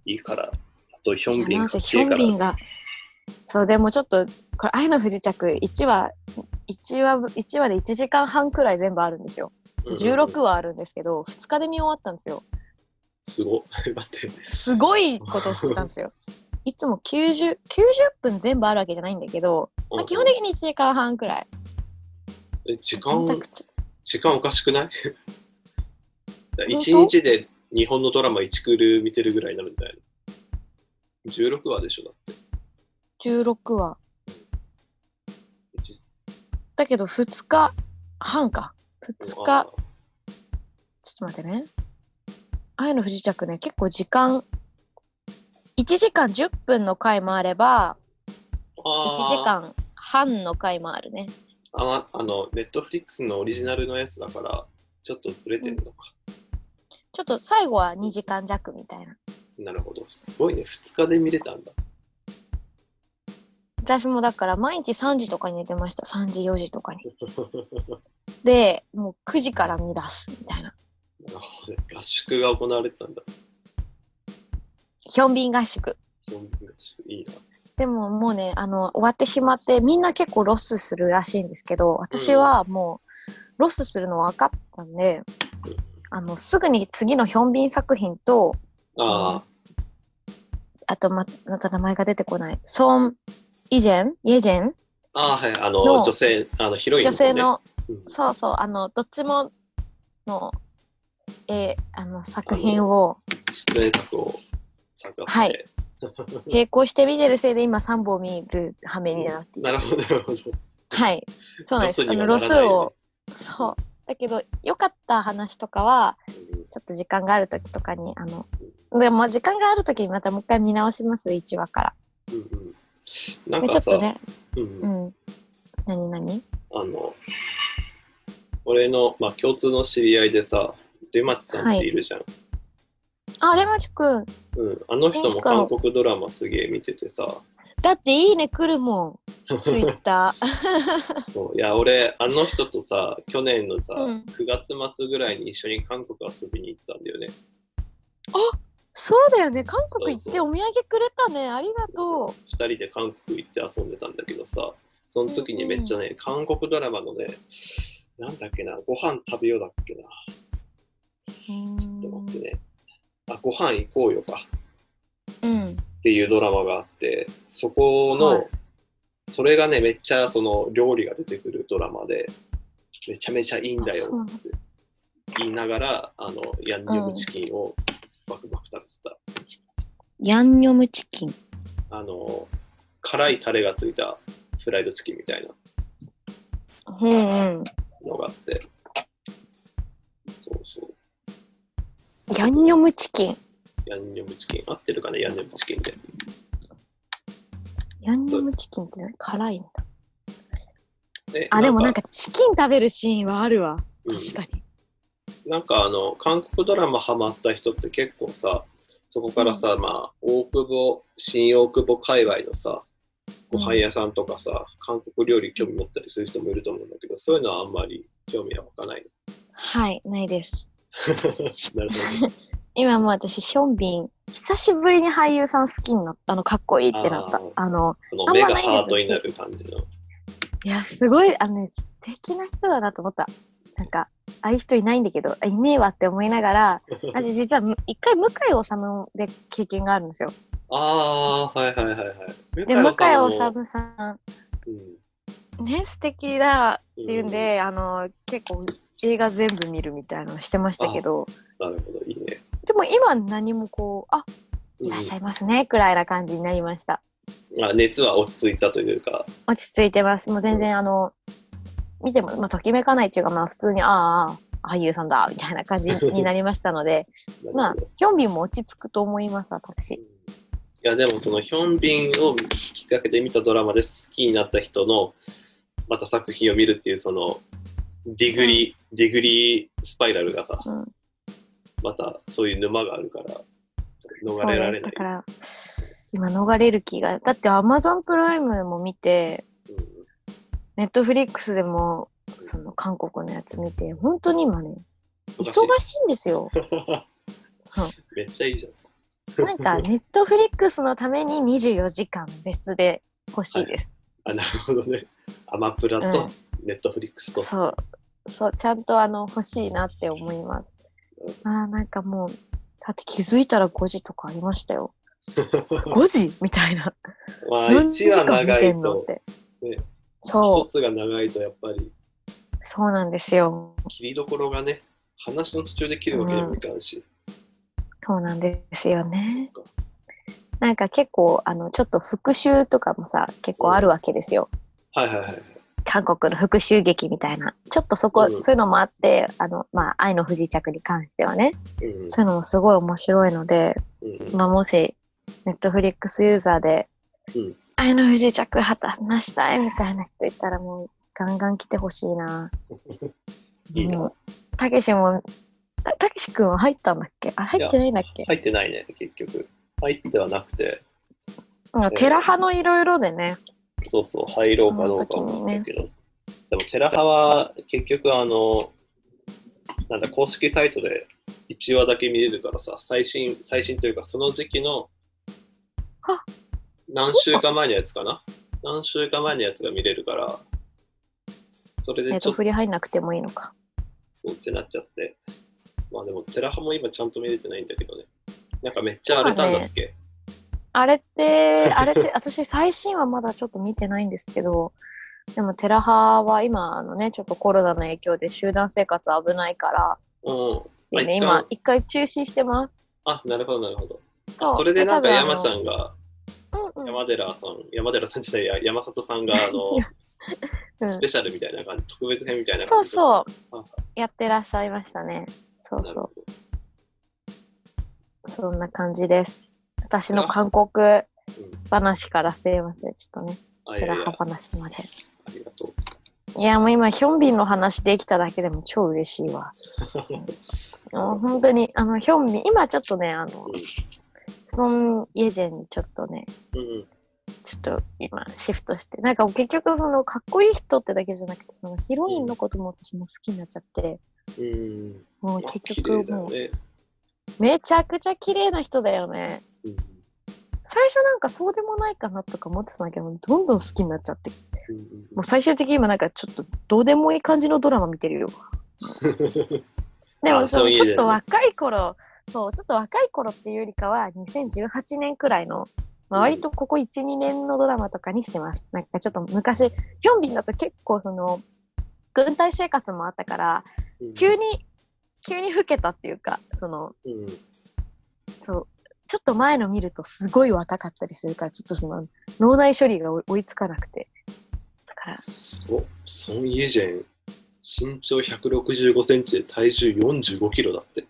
Speaker 1: いいから、あと、ヒョン
Speaker 2: い
Speaker 1: ビ
Speaker 2: や
Speaker 1: ン
Speaker 2: なん
Speaker 1: か
Speaker 2: せ
Speaker 1: っ
Speaker 2: ヒ
Speaker 1: けえ
Speaker 2: ョ
Speaker 1: から
Speaker 2: ンビンが、そう、でもちょっと、これ、愛の不時着、1話、1話、一話で1時間半くらい全部あるんですよ。
Speaker 1: うん
Speaker 2: 16話あるんですけど、2日で見終わったんですよ。
Speaker 1: すごい。 待って。
Speaker 2: すごいことをしてたんですよ。いつも90、90分全部あるわけじゃないんだけど、まあ、基本的に1時間半くらい。
Speaker 1: え時間
Speaker 2: 選、択肢
Speaker 1: 時間おかしくない
Speaker 2: 当
Speaker 1: ?1 日で日本のドラマ1クール見てるぐらいになるんじゃないの ?16 話でしょ、だって。
Speaker 2: 16話。
Speaker 1: 一
Speaker 2: だけど2日半か。2
Speaker 1: あ
Speaker 2: 日、ちょっと待ってね。愛の不時着ね、結構時間、1時間10分の回もあれば、1
Speaker 1: あー
Speaker 2: 時間半の回もあるね。
Speaker 1: あまあの、ネットフリックスのオリジナルのやつだから、ちょっとずれてるのか。
Speaker 2: ちょっと最後は2時間弱みたいな。
Speaker 1: なるほど。すごいね。2日で見れたんだ。
Speaker 2: 私もだから毎日3時とかに寝てました。3時、4時とかに。で、もう9時から見出すみたいな。
Speaker 1: なるほどね合宿が行われてたんだ。
Speaker 2: ヒョンビン合宿。
Speaker 1: ヒョンビン合宿いいな。
Speaker 2: でももうねあの終わってしまってみんな結構ロスするらしいんですけど私はもうロスするの分かったんで
Speaker 1: うん
Speaker 2: あのすぐに次のヒョンビン作品と
Speaker 1: あ
Speaker 2: あとままた名前が出てこないソン・イジェンイェジェン
Speaker 1: あ、ああ、はい。あの、
Speaker 2: の
Speaker 1: 女性、あの、ヒロイン
Speaker 2: 女性
Speaker 1: 方ね。
Speaker 2: の
Speaker 1: うん
Speaker 2: そうそうあのどっちもの,、えーあの作品を
Speaker 1: 出演作を作画
Speaker 2: はい並行して見てるせいで今3本見る羽目になってい
Speaker 1: なるほど、なるほど。
Speaker 2: はいそうなんで
Speaker 1: ロス
Speaker 2: すあ
Speaker 1: には
Speaker 2: の
Speaker 1: ならない
Speaker 2: ロスをそうだけど良かった話とかは
Speaker 1: うん
Speaker 2: ちょっと時間がある時とかに、あの、でも時間がある時にまたもう一回見直します、1話から。
Speaker 1: うんうんなん
Speaker 2: ねちょ
Speaker 1: か
Speaker 2: っ
Speaker 1: さ、
Speaker 2: とね、
Speaker 1: う、
Speaker 2: うんん。何何
Speaker 1: あの、俺の、まあ、共通の知り合いでさ、出町さんっているじゃん。
Speaker 2: あ、でまちくん、
Speaker 1: うん、あの人も韓国ドラマすげえ見ててさ、
Speaker 2: だっていいね来るも ん、ツイッター。
Speaker 1: そういや俺あの人とさ去年のさ、
Speaker 2: うん
Speaker 1: 9月末ぐらいに一緒に韓国遊びに行ったんだよね
Speaker 2: そうだよね、韓
Speaker 1: 国行
Speaker 2: 国行
Speaker 1: っ
Speaker 2: ってて
Speaker 1: お
Speaker 2: お土産くれたね、ありがとう。
Speaker 1: 2人で韓国行って遊んでたんだけどさその時にめっちゃね、韓国ドラマのねなんだっけなご飯食べようだっけなちょっと待ってねあご飯行こうよか
Speaker 2: うん。
Speaker 1: っていうドラマがあってそこの、
Speaker 2: はい
Speaker 1: それがねめっちゃその料理が出てくるドラマでめちゃめちゃいいんだよって言いながらあのヤンニョムチキンをバクバク食べてた、
Speaker 2: ヤンニョムチキン。
Speaker 1: あの辛いタレがついたフライドチキンみたいな
Speaker 2: うんうん。
Speaker 1: のがあってそうそう
Speaker 2: ヤンニョムチキン。
Speaker 1: ヤンニョムチキン合ってるかねヤンニョムチキンで
Speaker 2: ヤンニョムチキンって何辛いんだ。
Speaker 1: で
Speaker 2: あ、でもなんかチキン食べるシーンはあるわ。
Speaker 1: うん
Speaker 2: 確かに。
Speaker 1: なんかあの韓国ドラマハマった人って結構さそこからさ、まあ大久保新大久保界隈のさご飯屋さんとかさ、韓国料理興味持ったりする人もいると思うんだけどそういうの はあんまり興味は湧かない
Speaker 2: はい、ないです。
Speaker 1: なるほど
Speaker 2: 今もう私、ションビン、久しぶりに俳優さん好きになった。あの、かっこいいってなった
Speaker 1: あー。
Speaker 2: あの、
Speaker 1: その目
Speaker 2: あん
Speaker 1: が
Speaker 2: まないです
Speaker 1: ハートになる感じの。
Speaker 2: いや、すごい、あのね、素敵な人だなと思った。なんか、ああいう人いないんだけど、あいねえわって思いな がら、私実はむ一回向井治で経験があるんですよ。
Speaker 1: ああー、はいはいはいはい。
Speaker 2: で、向井治
Speaker 1: さんも
Speaker 2: さ
Speaker 1: うん
Speaker 2: ん、ね、素敵だっていうんで、あの、結構映画全部見るみたいなのしてましたけど、
Speaker 1: なるほど、いいね。
Speaker 2: でも今何もこう、あ、
Speaker 1: うん
Speaker 2: いらっしゃいますね、くらいな感じになりました。
Speaker 1: あ熱は落ち着いたというか、
Speaker 2: 落ち着いてます。もう全然あの、見ても、まあ、ときめかないっていうか、まあ普通に、ああああ、俳優さんだ、みたいな感じになりましたので、 ま
Speaker 1: な
Speaker 2: あ
Speaker 1: るほど、
Speaker 2: ヒョンビンも落ち着くと思います、私。
Speaker 1: いやでもそのヒョンビンをきっかけで見たドラマで好きになった人のまた作品を見るっていうそのディグリ、ディグリスパイラルがさ
Speaker 2: うん、
Speaker 1: またそういう沼があるから逃
Speaker 2: そう
Speaker 1: れられ
Speaker 2: です。
Speaker 1: な
Speaker 2: だ
Speaker 1: い。
Speaker 2: から、今逃れる気が。だって、アマゾンプライムも見て、ネットフリックスでも、その韓国のやつ見て、本当に今ね、
Speaker 1: うん
Speaker 2: 忙しいんですよ。 そう
Speaker 1: めっちゃいいじゃん。
Speaker 2: なんか、ネットフリックスのために24時間別で欲しいです。
Speaker 1: あなるほどね。アマプラ
Speaker 2: う
Speaker 1: と
Speaker 2: ん
Speaker 1: ネットフリックスと。
Speaker 2: そう。そう、ちゃんとあの、欲しいなって思います。ああ、なんかもう、だって気づいたら5時とかありましたよ。5時みたいな。
Speaker 1: まあ
Speaker 2: 何
Speaker 1: 1
Speaker 2: 時
Speaker 1: 話
Speaker 2: 間見
Speaker 1: 長
Speaker 2: て
Speaker 1: い
Speaker 2: んのっ
Speaker 1: と、
Speaker 2: て。
Speaker 1: ね
Speaker 2: そう
Speaker 1: 一。つが長いとやっぱり
Speaker 2: そうなんですよ。
Speaker 1: 切りどころがね、話の途中で切るわけにもいかんし。
Speaker 2: そうなんですよね。なんか結構あのちょっと復習とかもさ結構あるわけですよ。
Speaker 1: はいはいはい。
Speaker 2: 韓国の復習劇みたいな。ちょっとそこ、
Speaker 1: うん
Speaker 2: そういうのもあって、あの、まあ、愛の不時着に関してはね、
Speaker 1: うん
Speaker 2: そういうのもすごい面白いので、
Speaker 1: うん
Speaker 2: まあ、もし、ネットフリックスユーザーで、
Speaker 1: うん
Speaker 2: 愛の不時着果た話したいみたいな人いたら、もう、ガンガン来てほしいな。
Speaker 1: いいな
Speaker 2: もうたけしも、たたけし君は入ったんだっけあ、入ってないんだっけ
Speaker 1: 入ってないね、結局。入ってはなくて、
Speaker 2: まあ、テラ派のいろいろでね、
Speaker 1: そうそう、入ろうかどうか思ったけど。でも、テラハは結局、あの、なんだ、公式サイトで1話だけ見れるからさ、最新、最新というか、その時期の
Speaker 2: あ、
Speaker 1: 何週間前のやつかな何週間前のやつが見れるから、それ
Speaker 2: え
Speaker 1: で
Speaker 2: っ
Speaker 1: ちょ
Speaker 2: と、
Speaker 1: っと
Speaker 2: 振り入んなくてもいいのか。
Speaker 1: ってなっちゃって。まあでも、テラハも今ちゃんと見れてないんだけどね。なんかめっちゃ荒れたんだっけ、
Speaker 2: あれ って、あれって、私、最新はまだちょっと見てないんですけど、でも、テラ派は今、あのね、ちょっとコロナの影響で集団生活危ないから、
Speaker 1: うん。
Speaker 2: でね、
Speaker 1: まあ
Speaker 2: 今、一回中止してます。
Speaker 1: あ、なるほど、なるほど。
Speaker 2: そ
Speaker 1: あ
Speaker 2: う
Speaker 1: それでなんか
Speaker 2: 多分あの
Speaker 1: 山ちゃんが、
Speaker 2: うんうん
Speaker 1: 山寺さん、山寺さんじゃないや、山里さんが、あ の、
Speaker 2: うん
Speaker 1: スペシャルみたいな感じ、特別編みたいな
Speaker 2: そ
Speaker 1: 感
Speaker 2: う
Speaker 1: じ
Speaker 2: そう
Speaker 1: あ、
Speaker 2: やってらっしゃいましたね。そう
Speaker 1: なるほ
Speaker 2: そ
Speaker 1: ど
Speaker 2: う、そんな感じです。私の韓国話からすいません、ちょっとね、
Speaker 1: あ、い
Speaker 2: テ
Speaker 1: や
Speaker 2: ラ
Speaker 1: いや、
Speaker 2: 派
Speaker 1: あ
Speaker 2: 話まで。
Speaker 1: りがと
Speaker 2: いや、もう今、ヒョンビンの話できただけでも超嬉しい わ。もう本当に、あの、ヒョンビン、今ちょっとね、あの、
Speaker 1: うん
Speaker 2: スポンイェジェンにちょっとね、
Speaker 1: う。うん。
Speaker 2: ちょっと今、シフトして、なんか結局、その、かっこいい人ってだけじゃなくて、その、ヒロインのことも私も好きになっちゃって、
Speaker 1: うん。
Speaker 2: もう
Speaker 1: まあ
Speaker 2: 結
Speaker 1: 綺麗
Speaker 2: 局、
Speaker 1: だよ
Speaker 2: もう、
Speaker 1: ね。
Speaker 2: めちゃくちゃ綺麗な人だよね。
Speaker 1: うん
Speaker 2: 最初なんかそうでもないかなとか思ってたんだけど、どんどん好きになっちゃって、
Speaker 1: うんうん
Speaker 2: もう最終的に今なんかちょっと、どうでもいい感じのドラマ見てるよ。で
Speaker 1: あ
Speaker 2: もそ
Speaker 1: そう
Speaker 2: の
Speaker 1: いう
Speaker 2: ち
Speaker 1: 意
Speaker 2: ょ
Speaker 1: 味
Speaker 2: っ
Speaker 1: で
Speaker 2: と
Speaker 1: ね
Speaker 2: 若い頃そうちょっと若い頃っていうよりかは2018年くらいの、まあ、
Speaker 1: うん
Speaker 2: 割とここ12年のドラマとかにしてますなんかちょっと昔ヒョンビンだと結構その軍隊生活もあったから
Speaker 1: うん
Speaker 2: 急に急に老けたっていうかその
Speaker 1: うん
Speaker 2: そうちょっと前の見るとすごい若かったりするからちょっとその脳内処理が追い追いつかなくてだから
Speaker 1: おソン・イェジェン、身長165センチで体重45キロだって。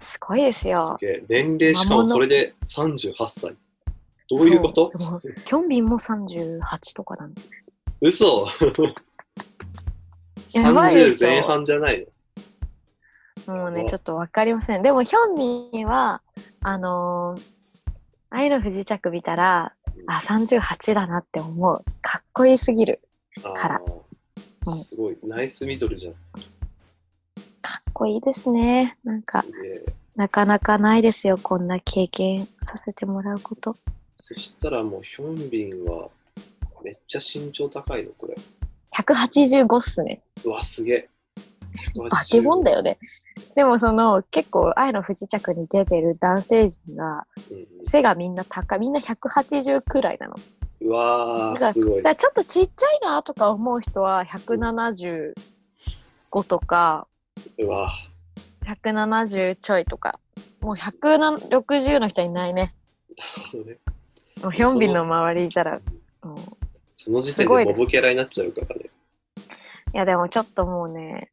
Speaker 2: すごいです
Speaker 1: す
Speaker 2: よ。
Speaker 1: げえ。年齢しかもそれで38歳。どういうこと
Speaker 2: そうでもヒョンビンも38とかなんで
Speaker 1: 嘘
Speaker 2: やばいでしょ
Speaker 1: !30 前半じゃないの
Speaker 2: もう
Speaker 1: や
Speaker 2: ね、
Speaker 1: ば
Speaker 2: ちょっとわかりません。でも、ヒョンビンは、あのー愛の不時着見たら、あ、38だなって思う。かっこいいすぎる。から
Speaker 1: あー
Speaker 2: うん
Speaker 1: すごい、ナイスミドルじゃん。
Speaker 2: かっこいいですね。なんか、
Speaker 1: すげえ
Speaker 2: なかなかないですよ、こんな経験させてもらうこと。
Speaker 1: そしたらもうヒョンビンはめっちゃ身長高いのこれ。
Speaker 2: 185っすね。
Speaker 1: うわすげえ。
Speaker 2: バケモンだ
Speaker 1: よ。
Speaker 2: よね。でもその結構愛の不時着に出てる男性陣が
Speaker 1: うんうん
Speaker 2: 背がみんな高いみんな180くらいなの。だ
Speaker 1: うわ
Speaker 2: だ
Speaker 1: ーすごい。
Speaker 2: からちょっとちっちゃいなとか思う人は175とか
Speaker 1: うわ
Speaker 2: 170ちょいとかもう160の人いないね。
Speaker 1: なるほどね。
Speaker 2: もうヒョンビンの周りにいたら。うん
Speaker 1: その時点
Speaker 2: すご
Speaker 1: で
Speaker 2: いで
Speaker 1: モ
Speaker 2: す
Speaker 1: ブキャラになっちゃうからね。
Speaker 2: いやでもちょっともうね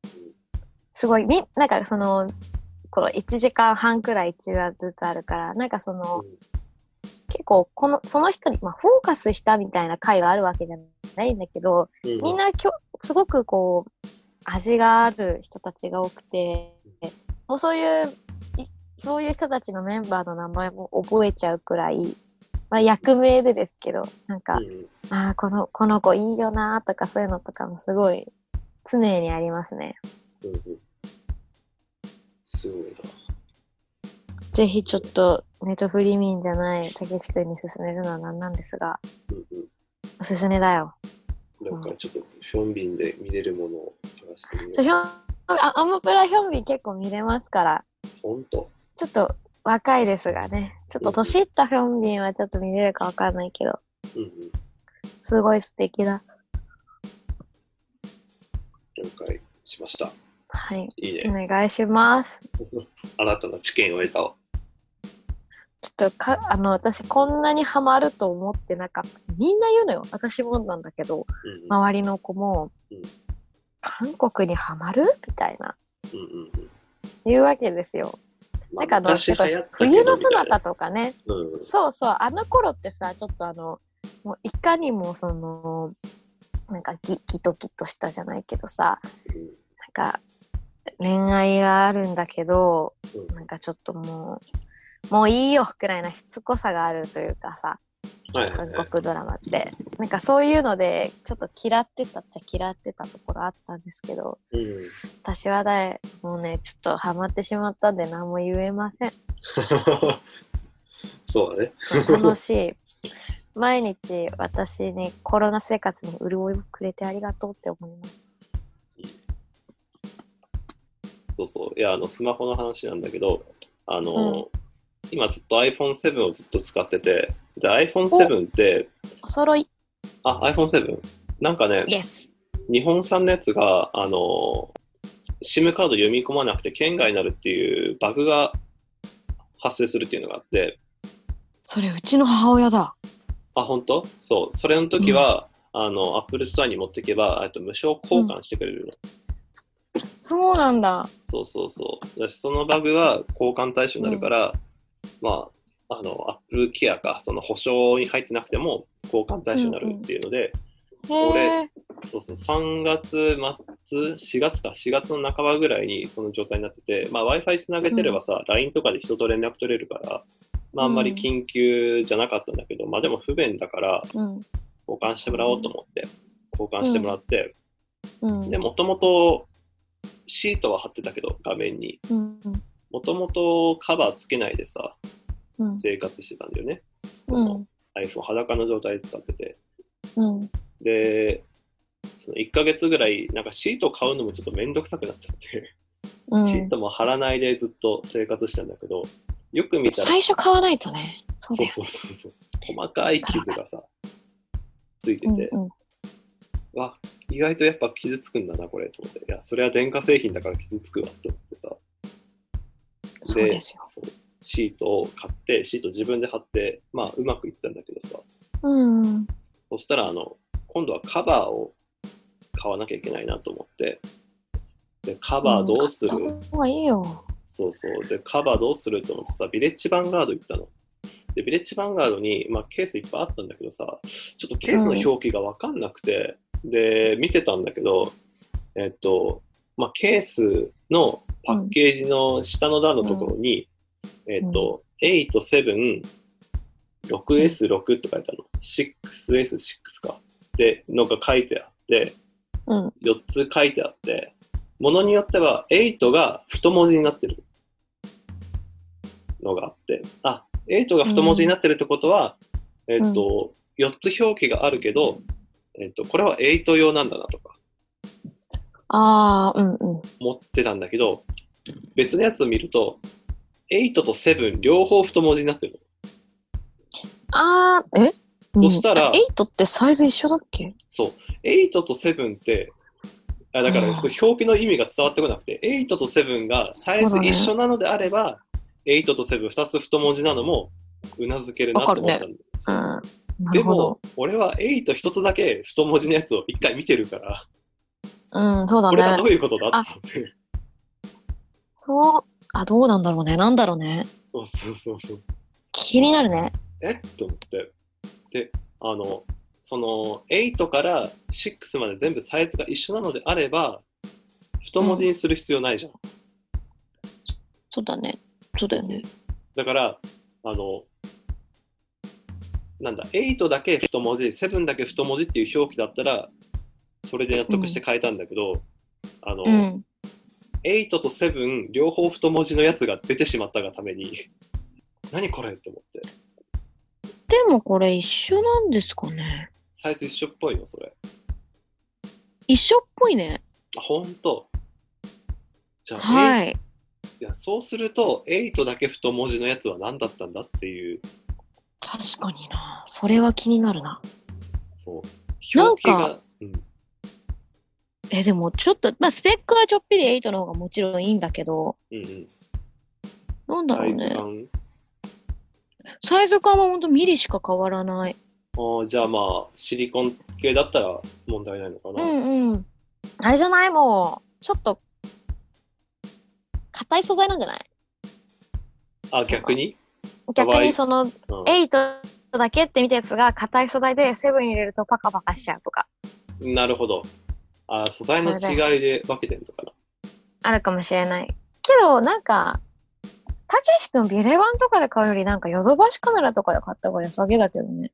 Speaker 2: すごいみなんかそのこの1時間半くらい1話ずつあるからなんかその、
Speaker 1: うん
Speaker 2: 結構このその人に、まあ、フォーカスしたみたいな回があるわけじゃないんだけど
Speaker 1: う
Speaker 2: みんなきょすごくこう味がある人たちが多くてもうそういういそういう人たちのメンバーの名前も覚えちゃうくらい、まあ、役名でですけどなんか、
Speaker 1: うんうん
Speaker 2: ああこのこの子いいよなーとかそういうのとかもすごい常にありますね。
Speaker 1: うんうんすごいな。
Speaker 2: ぜひちょっとネトフリミンじゃないたけし君に勧めるのは何なんですが
Speaker 1: うんう
Speaker 2: おすすめだよ。
Speaker 1: ん、なんかちょっとヒョンビンで見れるものを探してみよ
Speaker 2: ちょひょんあアマプラヒョンビン結構見れますから
Speaker 1: う。ほんと。
Speaker 2: ちょっと若いですがねちょっと年いったヒョンビンはちょっと見れるかわかんないけど
Speaker 1: うんうん。
Speaker 2: すごい素敵だ。
Speaker 1: 了解しました。
Speaker 2: はい
Speaker 1: いい
Speaker 2: お
Speaker 1: ね。
Speaker 2: 願いします。
Speaker 1: 新たな知見を得たわ。
Speaker 2: ちょっとかあの私こんなにハマると思ってなかったみんな言うのよ私もなんだけど
Speaker 1: うんうん
Speaker 2: 周りの子も、
Speaker 1: うん
Speaker 2: 韓国にはまるみたいな
Speaker 1: うんうんうん
Speaker 2: 言うわけですよ。
Speaker 1: ま
Speaker 2: な
Speaker 1: あ
Speaker 2: んかあの
Speaker 1: 昔流行
Speaker 2: や
Speaker 1: っ
Speaker 2: ったぱ
Speaker 1: けど
Speaker 2: 冬のそ
Speaker 1: みた
Speaker 2: ない
Speaker 1: な
Speaker 2: たとかね
Speaker 1: うんうん
Speaker 2: そうそうあの頃ってさちょっとあのもういかにもそのなんかギギトギトしたじゃないけどさなんか恋愛があるんだけど
Speaker 1: うん
Speaker 2: なんかちょっともうもういいよくらいなしつこさがあるというかさ
Speaker 1: はいはい
Speaker 2: 韓
Speaker 1: はい
Speaker 2: 国ドラマってなんかそういうのでちょっと嫌ってたっちゃ嫌ってたところあったんですけど
Speaker 1: うん
Speaker 2: 私はねもうねちょっとハマってしまったんで何も言えません
Speaker 1: そうだね。
Speaker 2: 楽しい 毎日私にコロナ生活に潤いをくれてありがとうって思います
Speaker 1: そうそう。いや、あの、スマホの話なんだけど、あ
Speaker 2: う
Speaker 1: の、今ずっと iPhone7 をずっと使ってて、で、iPhone7 って、
Speaker 2: お揃い
Speaker 1: あ、iPhone7? なんかね、
Speaker 2: イエス
Speaker 1: 日本産のやつが、あの、SIM カード読み込まなくて圏外になるっていうバグが発生するっていうのがあって、
Speaker 4: それうちの母親だ
Speaker 1: あ、本当そう。それの時は、あの、Apple Store に持っていけば、えっと無償交換してくれるの。
Speaker 4: そうなんだ
Speaker 1: そうそうそう。だしそのバグは交換対象になるから、まあ、あの、Apple ケアか、その保証に入ってなくても交換対象になるっていうので、
Speaker 4: へ
Speaker 1: 俺
Speaker 4: え
Speaker 1: そうそう、3月末、4月か、4月の半ばぐらいにその状態になってて、まあ、Wi-Fi つなげてればさ、LINE とかで人と連絡取れるから、まあ、あんまり緊急じゃなかったんだけど、まあ、でも不便だから、
Speaker 2: うん
Speaker 1: 交換してもらおうと思って、交換してもらって、
Speaker 2: うん
Speaker 1: で、もともと、シートは貼ってたけど、画面に。
Speaker 2: うん
Speaker 1: もともとカバーつけないでさ、
Speaker 2: うん
Speaker 1: 生活してたんだよね。そ
Speaker 2: うんう
Speaker 1: の
Speaker 2: ん
Speaker 1: iPhone 裸の状態で使ってて。
Speaker 2: うん
Speaker 1: で、その1ヶ月ぐらい、なんかシート買うのもちょっとめんどくさくなっちゃって、
Speaker 2: う
Speaker 1: シー
Speaker 2: ん
Speaker 1: トも貼らないでずっと生活したんだけど、よく見たら、
Speaker 4: 最初買わないとねそうだ
Speaker 1: そう
Speaker 4: よ
Speaker 1: そうそうそう、細かい傷がさ、ついて
Speaker 2: うん
Speaker 1: て、わ、意外とやっぱ傷つくんだな、これ、と思って。いや、それは電化製品だから傷つくわ、と思ってさ。
Speaker 4: そうですよ
Speaker 1: そうシートを買って、シート自分で貼って、まあ、うまくいったんだけどさ、
Speaker 2: うんうん
Speaker 1: そしたら、あの、今度はカバーを買わなきゃいけないなと思って、で、カバーどうする、
Speaker 4: 買った方がいいよ
Speaker 1: そうそう。で、カバーどうすると思ってさ、ビレッジヴァンガード行ったの。で、ビレッジヴァンガードに、まあ、ケースいっぱいあったんだけどさ、ちょっとケースの表記がわかんなくて、で、見てたんだけど、えっと、まあ、ケースのパッケージの下の段のところに、えっと、8、7、6S6 って書いてあるの。6S6 か。で、のが書いてあって、
Speaker 2: うん
Speaker 1: 4つ書いてあって、ものによっては8が太文字になってる。のがあって、あ、8が太文字になってるってことは、えっと、4つ表記があるけど、えっと、これは8用なんだなとか
Speaker 2: ああ、うんうん。
Speaker 1: 思ってたんだけど、別のやつを見ると、8と7両方太文字になってる
Speaker 2: ああ、え
Speaker 1: そしたら
Speaker 2: うんあ8ってサイズ一緒だっけ
Speaker 1: の。そう。8と7って、あだから
Speaker 2: あー
Speaker 1: その表記の意味が伝わってこなくて、8と7がサイズ一緒なのであれば、8と72つ太文字なのもうなずけるなと思ったんだ、
Speaker 2: う
Speaker 1: そ
Speaker 2: ん。
Speaker 1: うそう
Speaker 2: な
Speaker 1: で
Speaker 2: るほど。
Speaker 1: も、俺は8一つだけ太文字のやつを一回見てるから、
Speaker 2: うん、そうだ
Speaker 1: これはど
Speaker 2: ね。
Speaker 1: ういうことだと思って。
Speaker 2: そう。あ、どうなんだろうね。なんだろうね。
Speaker 1: そうそうそうそう。
Speaker 2: 気になるね。
Speaker 1: えっと思って。で、あの、その8から6まで全部サイズが一緒なのであれば、太文字にする必要ないじゃん。
Speaker 2: そうだね。そうだよね。
Speaker 1: だから、あの、なんだ、8だけ太文字、7だけ太文字っていう表記だったら、それで納得して変えたんだけど、あの、
Speaker 2: うん。
Speaker 1: 8と7両方太文字のやつが出てしまったがために 何これって思って
Speaker 2: でもこれ一緒なんですかね。
Speaker 1: サイズ一緒っぽいよそれ
Speaker 2: 一緒っぽいね。
Speaker 1: あほんとじゃあ、
Speaker 2: は
Speaker 1: え
Speaker 2: い。
Speaker 1: いやそうすると8だけ太文字のやつは何だったんだっていう
Speaker 2: 確かにな。それは気になるな。
Speaker 1: そう表記
Speaker 2: なん
Speaker 1: がうん
Speaker 2: え、でもちょっと、まあ、スペックはちょっぴり8の方がもちろんいいんだけど、
Speaker 1: うんうん
Speaker 2: なんだ
Speaker 1: サ
Speaker 2: ろう
Speaker 1: イズ
Speaker 2: ね。
Speaker 1: 感
Speaker 2: サイズ感はほんとミリしか変わらない。
Speaker 1: あーじゃあまあシリコン系だったら問題ないのか
Speaker 2: う
Speaker 1: な、
Speaker 2: んうん。あれじゃないもう、ちょっと、硬い素材なんじゃない
Speaker 1: あ逆に、
Speaker 5: 逆
Speaker 1: 可愛い
Speaker 5: にその
Speaker 1: うん
Speaker 5: 8だけって見たやつが硬い素材で7入れるとパカパカしちゃうとか
Speaker 1: なるほどあー素材の違いで分けてるのかな
Speaker 5: あるかもしれないけどなんかたけし君ビレバンとかで買うよりなんかヨドバシカメラとかで買った方が良さげだけどね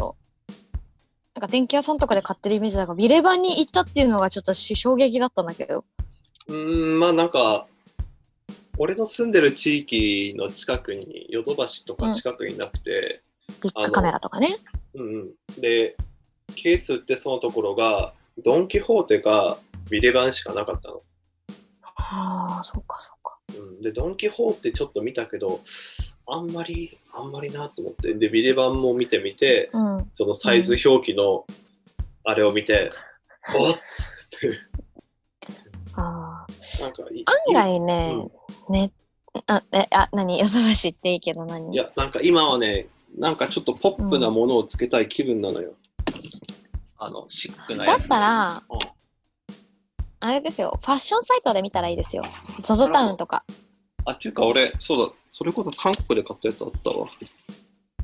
Speaker 2: なんか電気屋さんとかで買ってるイメージだから、ビレバンに行ったっていうのがちょっとし衝撃だったんだけど。
Speaker 1: うーん、まあなんか、俺の住んでる地域の近くに、ヨドバシとか近くになくて、
Speaker 2: ビッグカメラとかね。
Speaker 1: うんうん。で、ケース売ってそうなところが、ドン・キホーテかビレバンしかなかったの。
Speaker 2: はあ、そうかそうか。
Speaker 1: うん、で、ドン・キホーテちょっと見たけど、あんまり、あんまりなと思って、で、ビレバンも見てみて、
Speaker 2: うん。
Speaker 1: そのサイズ表記のあれを見て、おっって、
Speaker 2: あー
Speaker 1: なんかい、
Speaker 2: 案外ね、ね、あ、え、あ、何、ヨドバシっていいけど
Speaker 1: い
Speaker 2: 何
Speaker 1: や、なんか今はね、なんかちょっとポップなものをつけたい気分なのよ。あの、シックな
Speaker 2: だ
Speaker 1: や
Speaker 2: っ
Speaker 1: つ。
Speaker 2: たら、
Speaker 1: うん
Speaker 2: あれですよ、ファッションサイトで見たらいいですよ。ZOZO タウンとか。
Speaker 1: あ、っていうか俺、そうだ、それこそ韓国で買ったやつあったわ。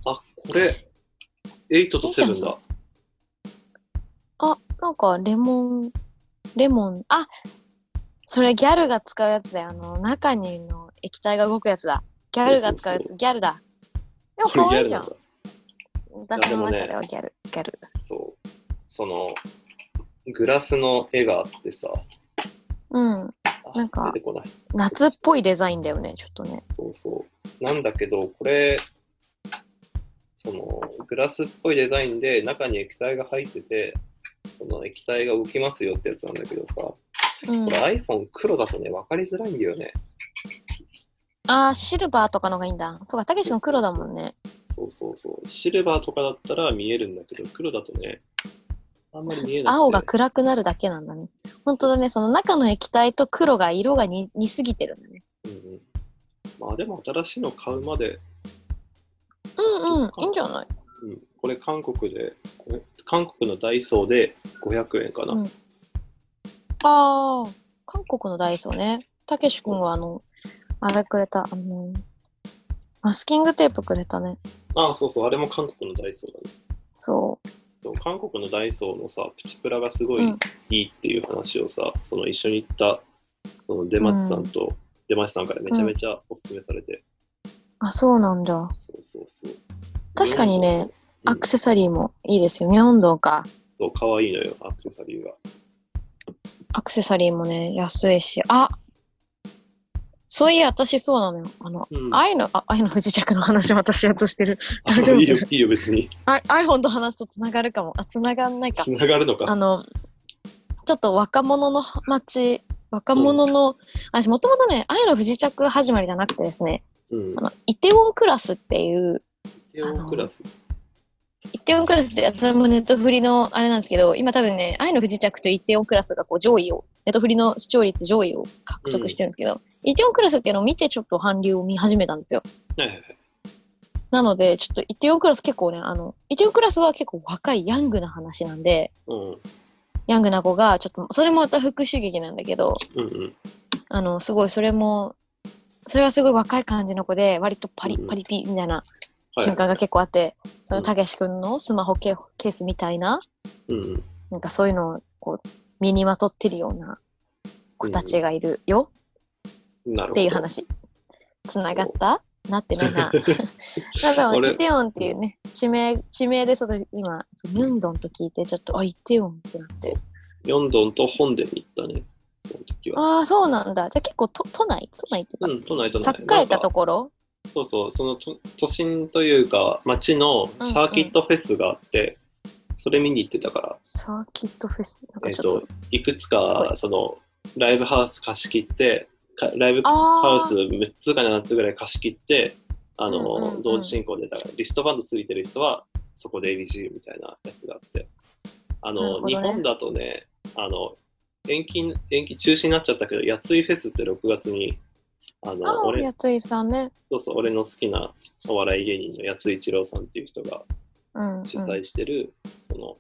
Speaker 1: あ、これ、8と
Speaker 2: いい
Speaker 1: 7
Speaker 2: じゃん
Speaker 1: だ。
Speaker 2: あ、なんかレモン、レモン、あ、それギャルが使うやつだよ。あの、中にの液体が動くやつだ。ギャルが使うや
Speaker 1: そうそうそ
Speaker 2: つ、ギャルだ。でも
Speaker 1: これギャ
Speaker 2: 可愛い
Speaker 1: ル
Speaker 2: じゃ
Speaker 1: なん
Speaker 2: ん
Speaker 1: だ。。
Speaker 2: 私
Speaker 1: い
Speaker 2: の
Speaker 1: や
Speaker 2: 中
Speaker 1: で
Speaker 2: で
Speaker 1: も
Speaker 2: はギャル、ギャル。
Speaker 1: そう。その、グラスの絵があってさ、
Speaker 2: うん。
Speaker 1: あ
Speaker 2: なんか
Speaker 1: 出てこない。
Speaker 2: 夏っぽいデザインだよね、ちょっとね。
Speaker 1: そうそう。なんだけど、これ、その、グラスっぽいデザインで中に液体が入ってて、その液体が浮きますよってやつなんだけどさ、こ
Speaker 2: うん
Speaker 1: れ。iPhone 黒だとね、分かりづらいんだよね。
Speaker 2: あー、シルバーとかのがいいんだ。そうか、たけし君黒だもんね。
Speaker 1: そうそうそう。シルバーとかだったら見えるんだけど、黒だとね、あんまり見えない。
Speaker 2: 青が暗くなるだけなんだね。本当だね、その中の液体と黒が色が似似すぎてるんだね。
Speaker 1: うんうん。まあでも新しいの買うまで、
Speaker 2: うんう
Speaker 1: そ
Speaker 2: ん
Speaker 1: っ、か
Speaker 2: いいんじゃない
Speaker 1: うん、これ韓国で、これ韓国のダイソーで500円かな。
Speaker 2: うんああ、韓国のダイソーね。たけし君はあの、あれくれた、あの、マスキングテープくれたね。
Speaker 1: ああ、そうそう、あれも韓国のダイソーだね。
Speaker 2: そ
Speaker 1: そう韓国のダイソーのさプチプラがすご
Speaker 2: う
Speaker 1: い
Speaker 2: ん
Speaker 1: いいっていう話をさ、その一緒に行ったその出町さんと、出町さんからめちゃめちゃおすすめされて、
Speaker 2: う。あ、そうなんだ。
Speaker 1: そうそうそう
Speaker 2: 確かにね、
Speaker 1: うん
Speaker 2: アクセサリーもいいですよ。ミョンドンか。
Speaker 1: そう可愛いのよアクセサリーが
Speaker 2: アクセサリーもね、安いし。あそういや、私そうなのよ。あの、
Speaker 1: うん、
Speaker 2: 愛の、あ愛の不時着の話私はとしてる。
Speaker 1: あ
Speaker 2: 大丈夫
Speaker 1: いいよ、いいよ別に。
Speaker 2: あ iPhone と話すとつながるかも。あ、つながんないか
Speaker 1: つ。ながるの
Speaker 2: あ
Speaker 1: か。
Speaker 2: の、ちょっと若者の街、若者の、私もともとね、愛の不時着始まりじゃなくてですね、
Speaker 1: うん
Speaker 2: あ。の、イテウォンクラスっていう、
Speaker 1: テオクラス。
Speaker 2: イテウォンクラスって、それもネットフリのあれなんですけど、今多分ね、愛の不時着とイテウォンクラスがこう上位を、ネットフリの視聴率上位を獲得してるんですけど、イテウォンクラスっていうのを見てちょっと韓流を見始めたんですよ。
Speaker 1: はいはいはい。
Speaker 2: なので、ちょっとイテウォンクラス結構ね、あの、イテウォンクラスは結構若いヤングな話なんで、
Speaker 1: うん。
Speaker 2: ヤングな子が、ちょっと、それもまた復讐劇なんだけど、
Speaker 1: うんうん。
Speaker 2: あの、すごい、それも、それはすごい若い感じの子で、割とパリ
Speaker 1: うん
Speaker 2: パリピみたいな
Speaker 1: はい
Speaker 2: 瞬間が結構あって、その、
Speaker 1: うん
Speaker 2: たけし君のスマホケケースみたいな、
Speaker 1: うんうん。
Speaker 2: なんかそういうのを、こう、身にまとってるような子たちがいるよ
Speaker 1: なるほど。
Speaker 2: っていう話。つながったなってな いな。ただ、
Speaker 1: 俺
Speaker 2: イテオンっていうね、地名、地名で、その今、そうヌンドンと聞いて、ちょっと、あ、イテオンってなって。
Speaker 1: ヨンドンと本殿に行ったね、その時は。、
Speaker 2: ああ、そうなんだ。じゃあ結構都、都内都内っていううん
Speaker 1: 都内都
Speaker 2: か、
Speaker 1: 内。
Speaker 2: 栄えたと
Speaker 1: こ。
Speaker 2: ころ
Speaker 1: そうそう、その都都心というか、町のサーキットフェスがあって、それ見に行ってたから、
Speaker 2: サーキットフェス。なんか
Speaker 1: えっ
Speaker 2: ちょっ
Speaker 1: と
Speaker 2: と、、
Speaker 1: いくつ
Speaker 2: すご
Speaker 1: か
Speaker 2: い、
Speaker 1: その、ライブハウス貸し切って、かライブハ
Speaker 2: あ
Speaker 1: ウス
Speaker 2: あ、
Speaker 1: 6つか7つぐらい貸し切って、あの、
Speaker 2: うんうんうん
Speaker 1: 同時進行で、だから、リストバンドついてる人は、そこで ABG みたいなやつがあって、あ
Speaker 2: なる
Speaker 1: の、
Speaker 2: ほ
Speaker 1: 日
Speaker 2: どね
Speaker 1: 本だとね、あの、延期、延期中止になっちゃったけど、やついフェスって6月に、あ
Speaker 2: あ
Speaker 1: の、
Speaker 2: あ、
Speaker 1: 俺
Speaker 2: や、ついさんね。
Speaker 1: そうそう、俺の好きなお笑い芸人のやつい一郎さんっていう人が、
Speaker 2: うん、うん。
Speaker 1: 主催してる、その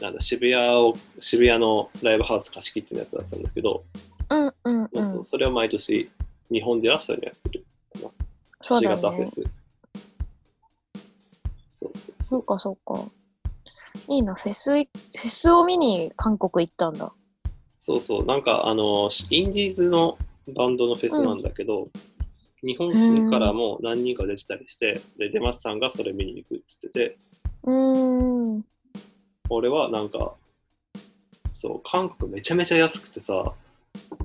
Speaker 1: なんだ渋谷を渋谷のライブハウス貸し切ってるやつだったんだけど、
Speaker 2: うん、うん、う。
Speaker 1: そうそうんそれを毎年日本でラストにやってる
Speaker 2: そうだ
Speaker 1: 型フ
Speaker 2: ね
Speaker 1: ェ。スそうそう
Speaker 2: そうか、そうか。いいな、フェスい、フェスを見に韓国行ったんだ。
Speaker 1: そうそうなんかあのインディーズのバンドのフェスなんだけど、日本からも何人か出てたりして、で出ますさんがそれ見に行くっつってて
Speaker 2: うーん。
Speaker 1: 俺はなんか、そう、韓国めちゃめちゃ安くてさ、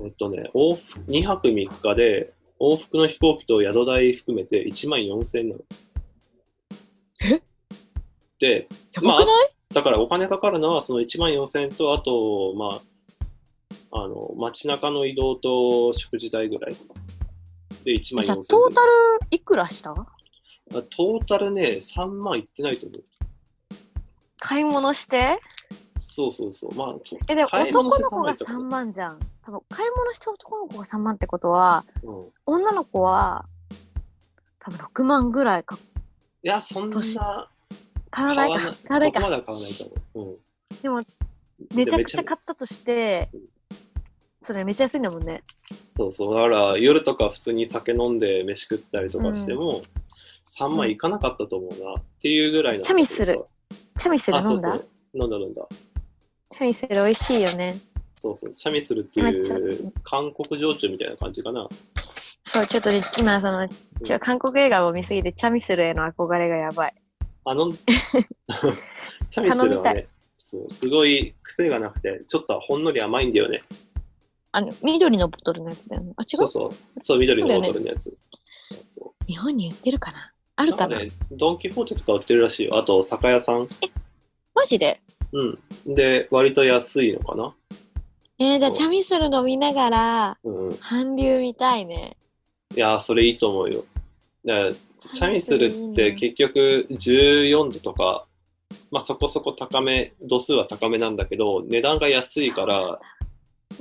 Speaker 1: えっとね、往復2泊3日で、往復の飛行機と宿代含めて1万4000円なの。
Speaker 2: え
Speaker 1: で、
Speaker 2: やばくない、
Speaker 1: だからお金かかるのはその1万4000円と、あと、まあ、あの、街中の移動と食事代ぐらい。で、1万
Speaker 2: えじゃあ、ト
Speaker 1: 4000
Speaker 2: ータルいくらした
Speaker 1: ルトータルね、3万いってないと思う。
Speaker 2: 買い物して
Speaker 1: そうそうそう。まあ、ちょ
Speaker 2: え、でも
Speaker 1: 買い物
Speaker 2: 男
Speaker 1: して
Speaker 2: の子が
Speaker 1: 3
Speaker 2: 3
Speaker 1: 万
Speaker 2: 万じゃん。多分、買い物して男の子が3万ってことは、
Speaker 1: うん、い
Speaker 2: 女の子は、多分6万ぐらいか
Speaker 1: や、そん
Speaker 2: 年
Speaker 1: な。
Speaker 2: 買わないか。買わない
Speaker 1: そこま
Speaker 2: か。
Speaker 1: では買わないと思
Speaker 2: でも、
Speaker 1: う。うん、
Speaker 2: めちゃくちゃ
Speaker 1: でめ
Speaker 2: 買ったとして、それめっちゃ安いんだもんね。
Speaker 1: そうそう。だから、夜とか普通に酒飲んで飯食ったりとかしても、3万いかなかったと思うな、っていうぐらいな。
Speaker 2: チャミスル。チャミスル
Speaker 1: あ、そ
Speaker 2: 飲
Speaker 1: うんそ
Speaker 2: だ
Speaker 1: う。飲んだ飲んだ。
Speaker 2: チャミスル美味しいよね。
Speaker 1: そうそう。チャミスルってい
Speaker 2: あちょ
Speaker 1: う、韓国焼酎みたいな感じかな。
Speaker 2: そう、ちょっとね、今、その、ちょ韓国映画を見すぎて、チャミスルへの憧れがやばい。
Speaker 1: あ の、チャミスルはね、そう、すごい癖がなくて、ちょっとほんのり甘いんだよね。
Speaker 2: あの、緑のボトルのやつだよね。あ、違
Speaker 1: そううそう。そう、緑
Speaker 2: そ
Speaker 1: の
Speaker 2: うだ
Speaker 1: ボ
Speaker 2: よね
Speaker 1: トルのやつ。そうそう
Speaker 2: 日本に売ってるかなあるかな
Speaker 1: なんね、ドン・キホーテとか売ってるらしいよ。あと、酒屋さん。
Speaker 2: マジで
Speaker 1: うん。で、割と安いのかな。
Speaker 2: えー、じゃ
Speaker 1: そ
Speaker 2: あ、
Speaker 1: う
Speaker 2: チャミスル飲みながら、
Speaker 1: うん。い
Speaker 2: 韓流見たいね。
Speaker 1: やー、それいいと思うよ。だからチ
Speaker 2: チ
Speaker 1: ャミスルって
Speaker 2: いいね
Speaker 1: 結局14度とか、まあそこそこ高め、度数は高めなんだけど、値段が安いから、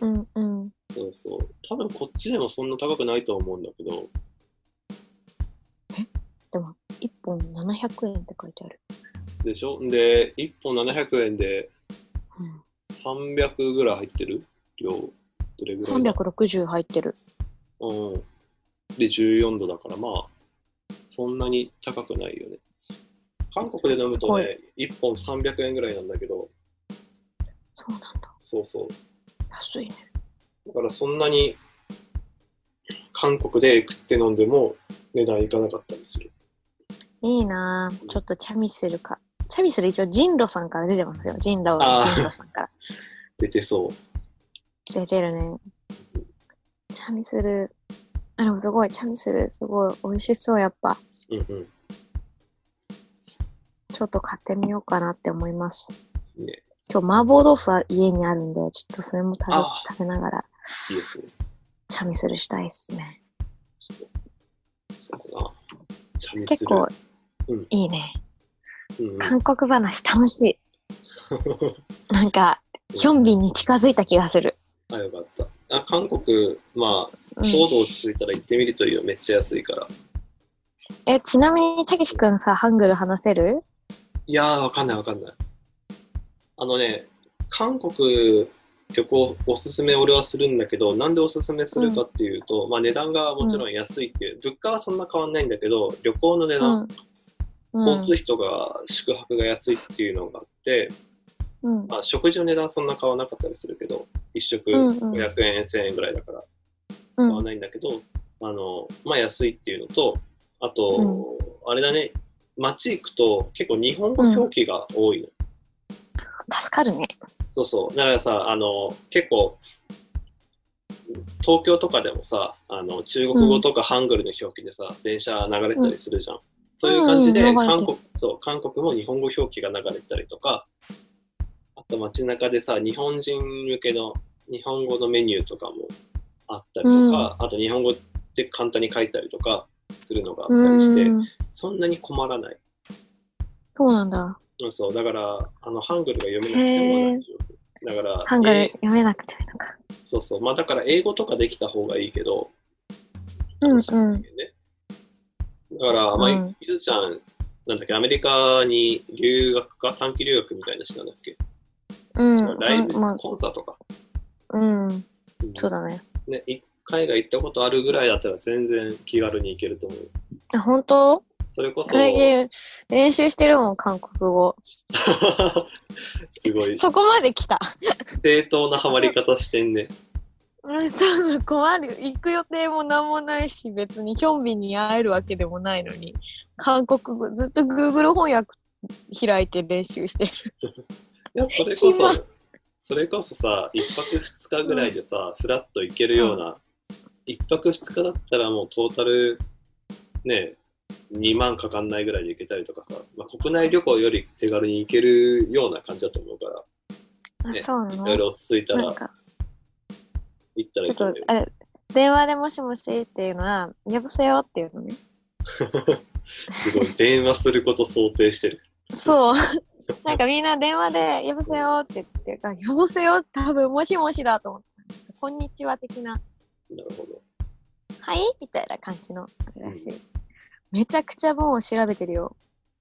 Speaker 2: うんうん。
Speaker 1: そうそう。多分こっちでもそんな高くないと思うんだけど、
Speaker 2: 1本700円って書いてある。
Speaker 1: でしょで、1本700円で
Speaker 2: うん、
Speaker 1: 300ぐらい入ってる量。どれぐらいだ
Speaker 2: 360入ってる。
Speaker 1: うん。で、14度だから、まあ、そんなに高くないよね。韓国で飲むとね、1本300円ぐらいなんだけど、
Speaker 2: そうなんだ。
Speaker 1: そうそう。
Speaker 2: 安いね。
Speaker 1: だからそんなに、韓国で食って飲んでも値段いかなかったりする。
Speaker 2: いいなぁ。ちょっとチャミスルか。チャミスル一応、ジンロさんから出てますよ。ジンロ
Speaker 1: あ
Speaker 2: は
Speaker 1: ー
Speaker 2: ジンロさんから。
Speaker 1: 出てそう。
Speaker 2: 出てるね。チャミスル。あ、でもすごい、チャミスル、すごい美味しそう、やっぱ。
Speaker 1: うんうん。
Speaker 2: ちょっと買ってみようかなって思います。
Speaker 1: いいね。
Speaker 2: 今日、麻婆豆腐は家にあるんで、ちょっとそれも食べ
Speaker 1: あ
Speaker 2: 食べながら、
Speaker 1: いいですね。
Speaker 2: チャミスルしたいですね。
Speaker 1: そうだな。チャミスル
Speaker 2: 結構、
Speaker 1: うん
Speaker 2: いいね。
Speaker 1: うんうん、
Speaker 2: 韓国話楽しい。なんか、ヒョンビンに近づいた気がする。
Speaker 1: あ、よかった。あ韓国、まあ、
Speaker 2: うん
Speaker 1: 騒動落ち着いたら行ってみるといいよ。めっちゃ安いから。
Speaker 2: え、ちなみに、たけしくんさ、ハングル話せる
Speaker 1: いやー、わかんないわかんない。あのね、韓国旅行おすすめ俺はするんだけど、なんでおすすめするかっていうと、まあ値段がもちろん安いっていう、物価はそんな変わんないんだけど、旅行の値
Speaker 2: う
Speaker 1: 段、
Speaker 2: ん。うん
Speaker 1: 交通費とか宿泊が安いっていうのがあって、
Speaker 2: うん。
Speaker 1: まあ食事の値段そんな変わらなかったりするけど、1食
Speaker 2: うんうん
Speaker 1: 500円、1000円ぐらいだから
Speaker 2: う
Speaker 1: 変わら
Speaker 2: ん。
Speaker 1: ないんだけど、あの、まあ安いっていうのと、あと、あれだね、街行くと結構日本語表記が多いの。
Speaker 2: 助かるね。
Speaker 1: そうそう。だからさ、あの、結構、東京とかでもさ、あの中国語とかハングルの表記でさ、電車流れたりするじゃん。そういう感じで、
Speaker 2: うん流れて
Speaker 1: 韓
Speaker 2: る
Speaker 1: 国、そう、韓国も日本語表記が流れたりとか、あと街中でさ、日本人向けの日本語のメニューとかもあったりとか、あと日本語で簡単に書いたりとかするのがあったりして、
Speaker 2: うん。
Speaker 1: そんなに困らない。
Speaker 2: そうなんだ。
Speaker 1: うん、そう、だから、あの、ハングルが読めなくても大丈夫。だから、
Speaker 2: ハング
Speaker 1: え
Speaker 2: ル
Speaker 1: ー
Speaker 2: 読めなくてもいいのか。
Speaker 1: そうそう。まあだから英語とかできた方がいいけど、
Speaker 2: うんうん
Speaker 1: さっきのねだから、まあ、
Speaker 2: うん
Speaker 1: ゆずちゃん、なんだっけ、アメリカに留学か、短期留学みたいなしたんだっけ、
Speaker 2: うん
Speaker 1: そのライブ、
Speaker 2: まあ
Speaker 1: コンサートか。
Speaker 2: うん。
Speaker 1: ん
Speaker 2: そうだね。
Speaker 1: ね、い海外行ったことあるぐらいだったら全然気軽に行けると思う。
Speaker 2: あ、本当
Speaker 1: それこそ、
Speaker 2: 最近練習してるもん、韓国語。
Speaker 1: すごい、
Speaker 2: そこまで来た。
Speaker 1: 正当なハマり方してんね。
Speaker 2: うん、そうそう、困る。行く予定も何もないし、別にヒョンビンに会えるわけでもないのに、韓国語、ずっと Google 翻訳開いて練習してる。
Speaker 1: いや、それこ
Speaker 2: 暇
Speaker 1: そ、それこそさ、一泊二日ぐらいでさ、フラッと行けるような、一泊二日だったらもうトータル、ね、2万かかんないぐらいで行けたりとかさ、まあ、国内旅行より手軽に行けるような感じだと思うから、
Speaker 2: あ
Speaker 1: ね
Speaker 2: そうない
Speaker 1: ろい
Speaker 2: の
Speaker 1: ろ落ち着いた
Speaker 2: な
Speaker 1: ら
Speaker 2: ん、か、
Speaker 1: 行ったら
Speaker 2: ち
Speaker 1: い
Speaker 2: ょ
Speaker 1: い
Speaker 2: っ
Speaker 1: と思う
Speaker 2: と
Speaker 1: よ、
Speaker 2: あれ、電話でもしもしっていうのは、やぶせよっていうのね。
Speaker 1: す ごい、電話すること想定してる。
Speaker 2: そう。なんかみんな電話で、やぶせよって言ってるから、やぶせよ多分、もしもしだと思ってた。こんにちは的な、
Speaker 1: なるほど。
Speaker 2: はいみたいな感じの、あれらしい。めちゃくちゃもう調べてるよ。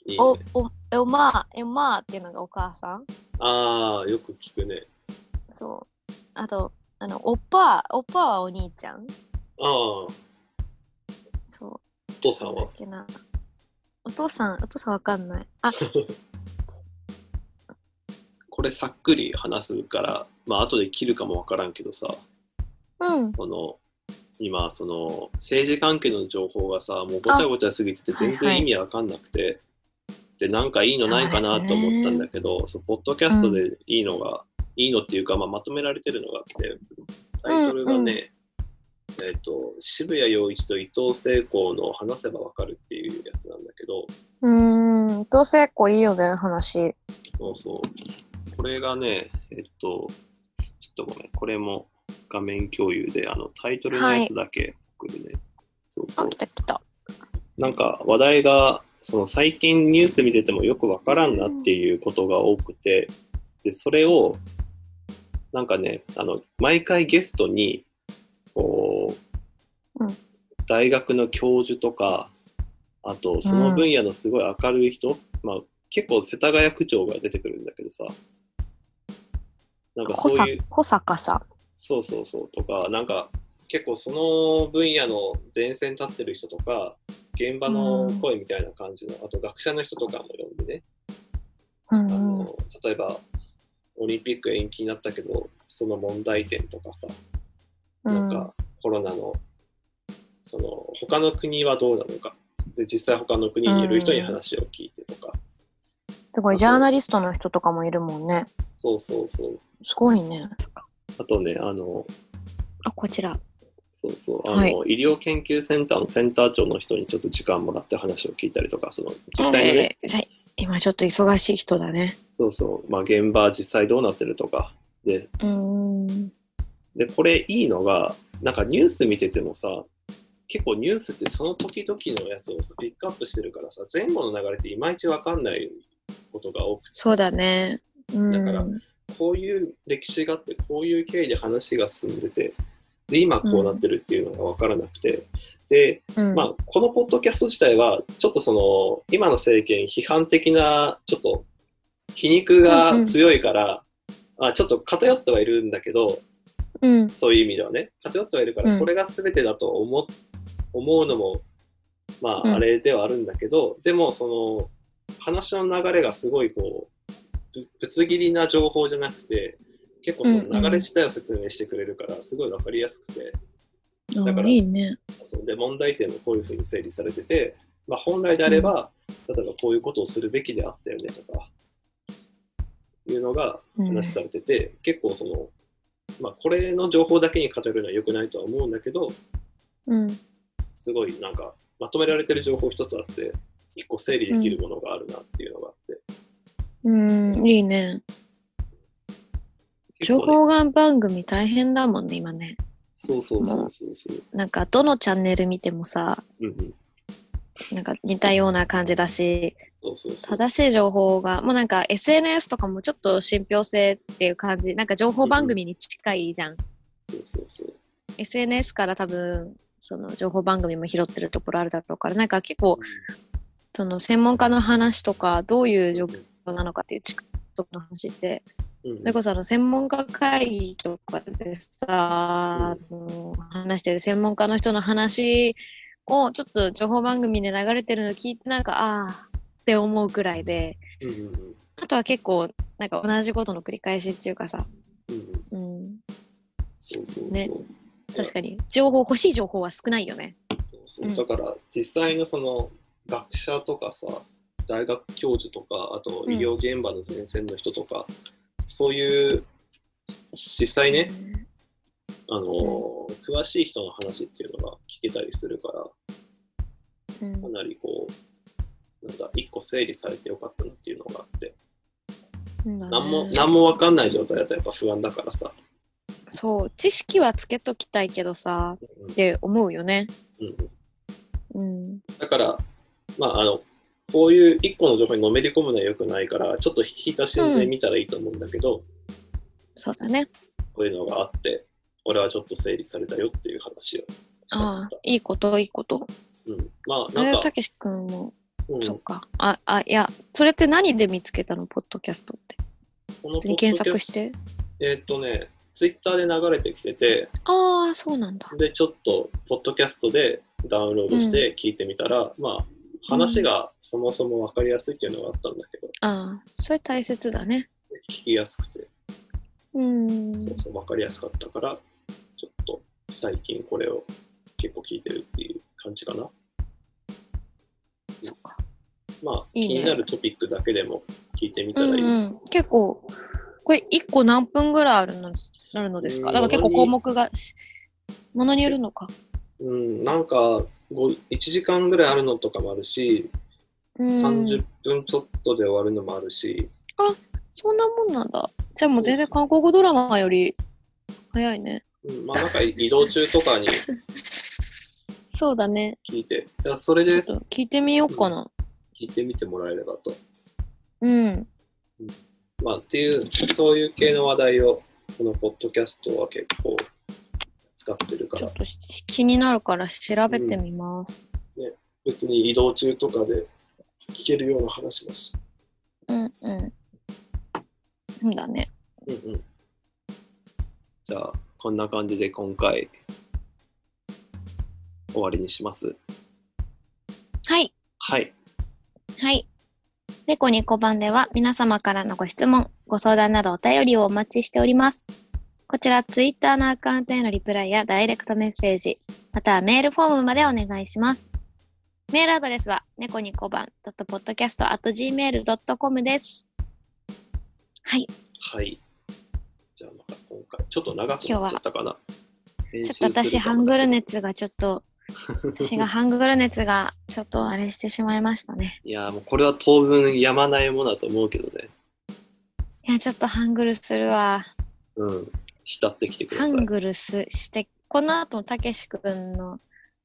Speaker 1: いい
Speaker 2: お
Speaker 1: ね。、
Speaker 2: お、え、おまあ、え、まあっていうのがお母さん。
Speaker 1: ああ、よく聞くね。
Speaker 2: そう。あと、あの、おっぱ、おっぱはお兄ちゃん。
Speaker 1: ああ、お
Speaker 2: そう。
Speaker 1: 父さん
Speaker 2: なん
Speaker 1: は
Speaker 2: だっ。けな。お父さん、お父さんわかんない。あ、
Speaker 1: これさっくり話すから、まあ後で切るかもわからんけどさ、
Speaker 2: うん。
Speaker 1: この今その政治関係の情報がさもうごちゃごちゃすぎてて全
Speaker 2: はいは
Speaker 1: 然
Speaker 2: い
Speaker 1: 意味わかんなくて、でなんかいいのないか
Speaker 2: そう
Speaker 1: な
Speaker 2: ですね
Speaker 1: と思ったんだけどそう、ポッドキャストでいいのが、いいのっていうか、まあ、まとめられてるのがあってタイトルがね、えっと渋谷陽一と伊藤聖光の「話せばわかる」っていうやつなんだけど
Speaker 2: うーん、どうせこういいよね、話。
Speaker 1: そうそうこれがねえっとちょっとごめんこれも画面共有であのタイトルのやつだけ送るね、そうそ
Speaker 2: あ、
Speaker 1: う
Speaker 2: 来た来た。
Speaker 1: なんか話題がその最近ニュース見ててもよくわからんなっていうことが多くてでそれをなんかねあの毎回ゲストにこう、
Speaker 2: うん
Speaker 1: 大学の教授とかあとその分野のすごい明るい人、まあ、結構世田谷区長が出てくるんだけどさなんか
Speaker 2: 小
Speaker 1: そう
Speaker 2: 坂
Speaker 1: いう
Speaker 2: 小坂さん。
Speaker 1: そうそうそうとかなんか結構その分野の前線立ってる人とか現場の声みたいな感じの、あと学者の人とかも呼んでね、
Speaker 2: うん
Speaker 1: あ
Speaker 2: うん
Speaker 1: の例えばオリンピック延期になったけどその問題点とかさ
Speaker 2: う
Speaker 1: なん
Speaker 2: ん
Speaker 1: かコロナのその他の国はどうなのかで実際他の国にいる人に話を聞いてとか、
Speaker 2: すごい、ジャーナリストの人とかもいるもんね。
Speaker 1: そうそうそう
Speaker 2: すごいね。
Speaker 1: あとねあの
Speaker 2: あ、こちら。
Speaker 1: そうそう。あの、医療研究センターのセンター長の人にちょっと時間もらって話を聞いたりとか、その、実際にね、
Speaker 2: えーじゃあ今ちょっと忙しい人だね。
Speaker 1: そうそう、まあ現場実際どうなってるとか。で、
Speaker 2: うーん。
Speaker 1: で、これいいのが、なんかニュース見ててもさ、結構ニュースってその時々のやつをさピックアップしてるからさ、前後の流れっていまいちわかんないことが多くて
Speaker 2: そうだね。うん。
Speaker 1: だからこういう歴史があって、こういう経緯で話が進んでて、で、今こうなってるっていうのが分からなくて、で、
Speaker 2: うん、
Speaker 1: まあ、このポッドキャスト自体は、ちょっとその、今の政権批判的な、ちょっと、皮肉が強いから、あちょっと偏ってはいるんだけど、
Speaker 2: うん。
Speaker 1: そういう意味ではね、偏ってはいるか
Speaker 2: う
Speaker 1: ら、
Speaker 2: ん
Speaker 1: これが全てだと思,、思うのも、ま
Speaker 2: うん
Speaker 1: あ、あれではあるんだけど、でも、その、話の流れがすごい、こう、ぶぶつ切りな情報じゃなくて、結構その流れ自体を説明してくれるから、すごい分かりやすくて、だから
Speaker 2: あいいね。
Speaker 1: そうそうで、問題点もこういうふうに整理されてて、まあ、本来であれば、例えばこういうことをするべきであったよねとか、いうのが
Speaker 2: うん
Speaker 1: 話されてて、結構その、まあ、これの情報だけに偏るのは良くないとは思うんだけど、
Speaker 2: うん。
Speaker 1: すごいなんか、まとめられてる情報一つあって、一個整理できるものがあるなっていうのがあって、
Speaker 2: うん、いいね。
Speaker 1: 結
Speaker 2: 情
Speaker 1: 構ね
Speaker 2: 報が番組大変だもんね、今ね。
Speaker 1: そうそうそうそうそう。
Speaker 2: なんか、どのチャンネル見てもさ、
Speaker 1: うんうん。
Speaker 2: なんか似たような感じだし、
Speaker 1: そうそうそう。
Speaker 2: 正しい情報が、もうなんか SNS とかもちょっと信憑性っていう感じ、なんか情報番組に近いじゃん。
Speaker 1: そうそうそう。
Speaker 2: SNS から多分、その情報番組も拾ってるところあるだろうから、なんか結構、その専門家の話とか、どういう状況なのかっていう近いところの話って、
Speaker 1: うんうん
Speaker 2: それこそあの専門家会議とかでさ、あの話してる専門家の人の話をちょっと情報番組で流れてるの聞いてなんかああって思うくらいで
Speaker 1: うんうんうん
Speaker 2: あとは結構なんか同じことの繰り返しっていうかさ、
Speaker 1: うんうん。
Speaker 2: うん、
Speaker 1: そうそうそう。
Speaker 2: ね確かに情報欲しい情報は少ないよね。
Speaker 1: そう
Speaker 2: うん
Speaker 1: だから実際のその学者とかさ大学教授とかあと
Speaker 2: うん
Speaker 1: 医療現場の前線の人とか、そういう実際ね、あのー詳しい人の話っていうのが聞けたりするから
Speaker 2: うん
Speaker 1: かなりこうなんだ一個整理されてよかったなっていうのがあって何も何も分かんない状態だとやっぱ不安だからさ、
Speaker 2: そう知識はつけときたいけどさ
Speaker 1: うん
Speaker 2: って思うよね。
Speaker 1: うんうん、
Speaker 2: うん、
Speaker 1: だから、まあ、あの、こういう一個の情報にのめり込むのは良くないから、ちょっと引き足しで見たらいいと思うんだけど、
Speaker 2: そうだね。
Speaker 1: こういうのがあって、俺はちょっと整理されたよっていう話をしたか
Speaker 2: あ
Speaker 1: っ
Speaker 2: あ
Speaker 1: た。
Speaker 2: いいこといいこと。
Speaker 1: うん、まあ、
Speaker 2: あ
Speaker 1: な
Speaker 2: れ
Speaker 1: んか
Speaker 2: た、けし君も
Speaker 1: うん、
Speaker 2: そう
Speaker 1: こ
Speaker 2: か。あ、あ、いや、それって何で見つけたのポッドキャストって。
Speaker 1: の
Speaker 2: 普通に検索して。
Speaker 1: ポッドキャストえーっとね、ツイッターで流れてきてて、
Speaker 2: ああ、そうなんだ。
Speaker 1: で、ちょっと、ポッドキャストでダウンロードして聞いてみたら、まあ、話がそもそも分かりやすいっていうのがあったんだけど、
Speaker 2: ああ、それ大切だね。
Speaker 1: 聞きやすくて、
Speaker 2: うーん。
Speaker 1: そうそう、分かりやすかったから、ちょっと最近これを結構聞いてるっていう感じかな。
Speaker 2: そっか。
Speaker 1: まあ、
Speaker 2: いいね
Speaker 1: 気になるトピックだけでも聞いてみた
Speaker 2: う
Speaker 1: らいい。
Speaker 2: んうん。結構、これ1個何分ぐらいあるのなるのですか
Speaker 1: うん
Speaker 2: だから結構項目が、しものによるのか。
Speaker 1: うん、なんかご、1時間ぐらいあるのとかもあるし、
Speaker 2: うん。
Speaker 1: 30分ちょっとで終わるのもあるし、
Speaker 2: そんなもんなんだ。じゃあもう全然韓国語ドラマより早いね。
Speaker 1: うん、まあ、なんか移動中とかに
Speaker 2: そうだね。
Speaker 1: 聞いて、 だからそれ
Speaker 2: ちょ
Speaker 1: で
Speaker 2: っと聞いてみようかな。
Speaker 1: 聞いてみてもらえればと。
Speaker 2: うん。
Speaker 1: まあ、っていう、そういう系の話題を、このポッドキャストは結構使ってるか
Speaker 2: ちょ
Speaker 1: ら
Speaker 2: っ、とし気になるから調べてみます。
Speaker 1: 別に移動中とかで聞けるような話だし。
Speaker 2: うんうん。そうだね。
Speaker 1: うんうん。じゃあ、こんな感じで今回、終わりにします。
Speaker 2: はい。
Speaker 1: はい。
Speaker 2: はい。猫ニコ版では皆様からのご質問、ご相談などお便りをお待ちしております。こちら、ツイッターのアカウントへのリプライやダイレクトメッセージ、またはメールフォームまでお願いします。メールアドレスは、猫ニコ版 .podcast.gmail.com です。はい。
Speaker 1: はい。じゃあ、また今回、ちょっと長くなっちゃったかな。編
Speaker 2: ち
Speaker 1: 集す
Speaker 2: ょっと
Speaker 1: るか
Speaker 2: 私、ハングル熱がちょっ と、私がハングル熱がちょっとあれしてしまいましたね。
Speaker 1: いやーもうこれは当分やまないものだと思うけどね。
Speaker 2: いや、ちょっとハングルするわ。
Speaker 1: うん。浸ってきてくだ
Speaker 2: ハ
Speaker 1: さい。
Speaker 2: ングルすして、この後、たけし君の、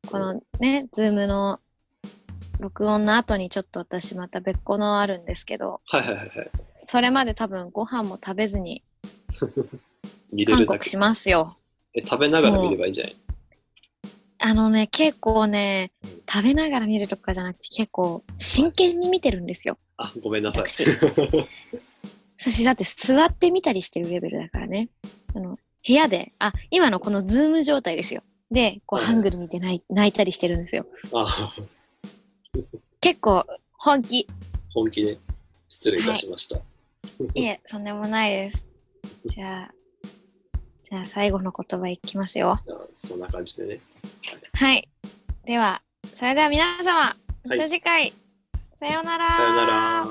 Speaker 2: このね、ズームの録音の後にちょっと私また別個のあるんですけど、
Speaker 1: はいはいはいはい。
Speaker 2: それまで多分ご飯も食べずに
Speaker 1: 見れ
Speaker 2: 韓
Speaker 1: るだ
Speaker 2: 国
Speaker 1: け。
Speaker 2: しますよ。
Speaker 1: え、食べながら見ればいいんじゃない
Speaker 2: あのね、結構ね
Speaker 1: うん、
Speaker 2: 食べながら見るとかじゃなくて結構真剣に見てるんですよ、
Speaker 1: あ、ごめんなさい。
Speaker 2: 私。 私だって座ってみたりしてるレベルだからね。あの部屋で、あ、今のこのズーム状態ですよ。で、こう
Speaker 1: はい
Speaker 2: ハングル見て泣い泣いたりしてるんですよ。
Speaker 1: あ、
Speaker 2: 結構本気。
Speaker 1: 本気で失礼いたしました。
Speaker 2: いえ、そんでもないです。じゃあ、じゃあ最後の言葉いきますよ。
Speaker 1: じゃあ、そんな感じでね。
Speaker 2: はい。では、それでは皆様、また次回、さようなら。
Speaker 1: さよなら。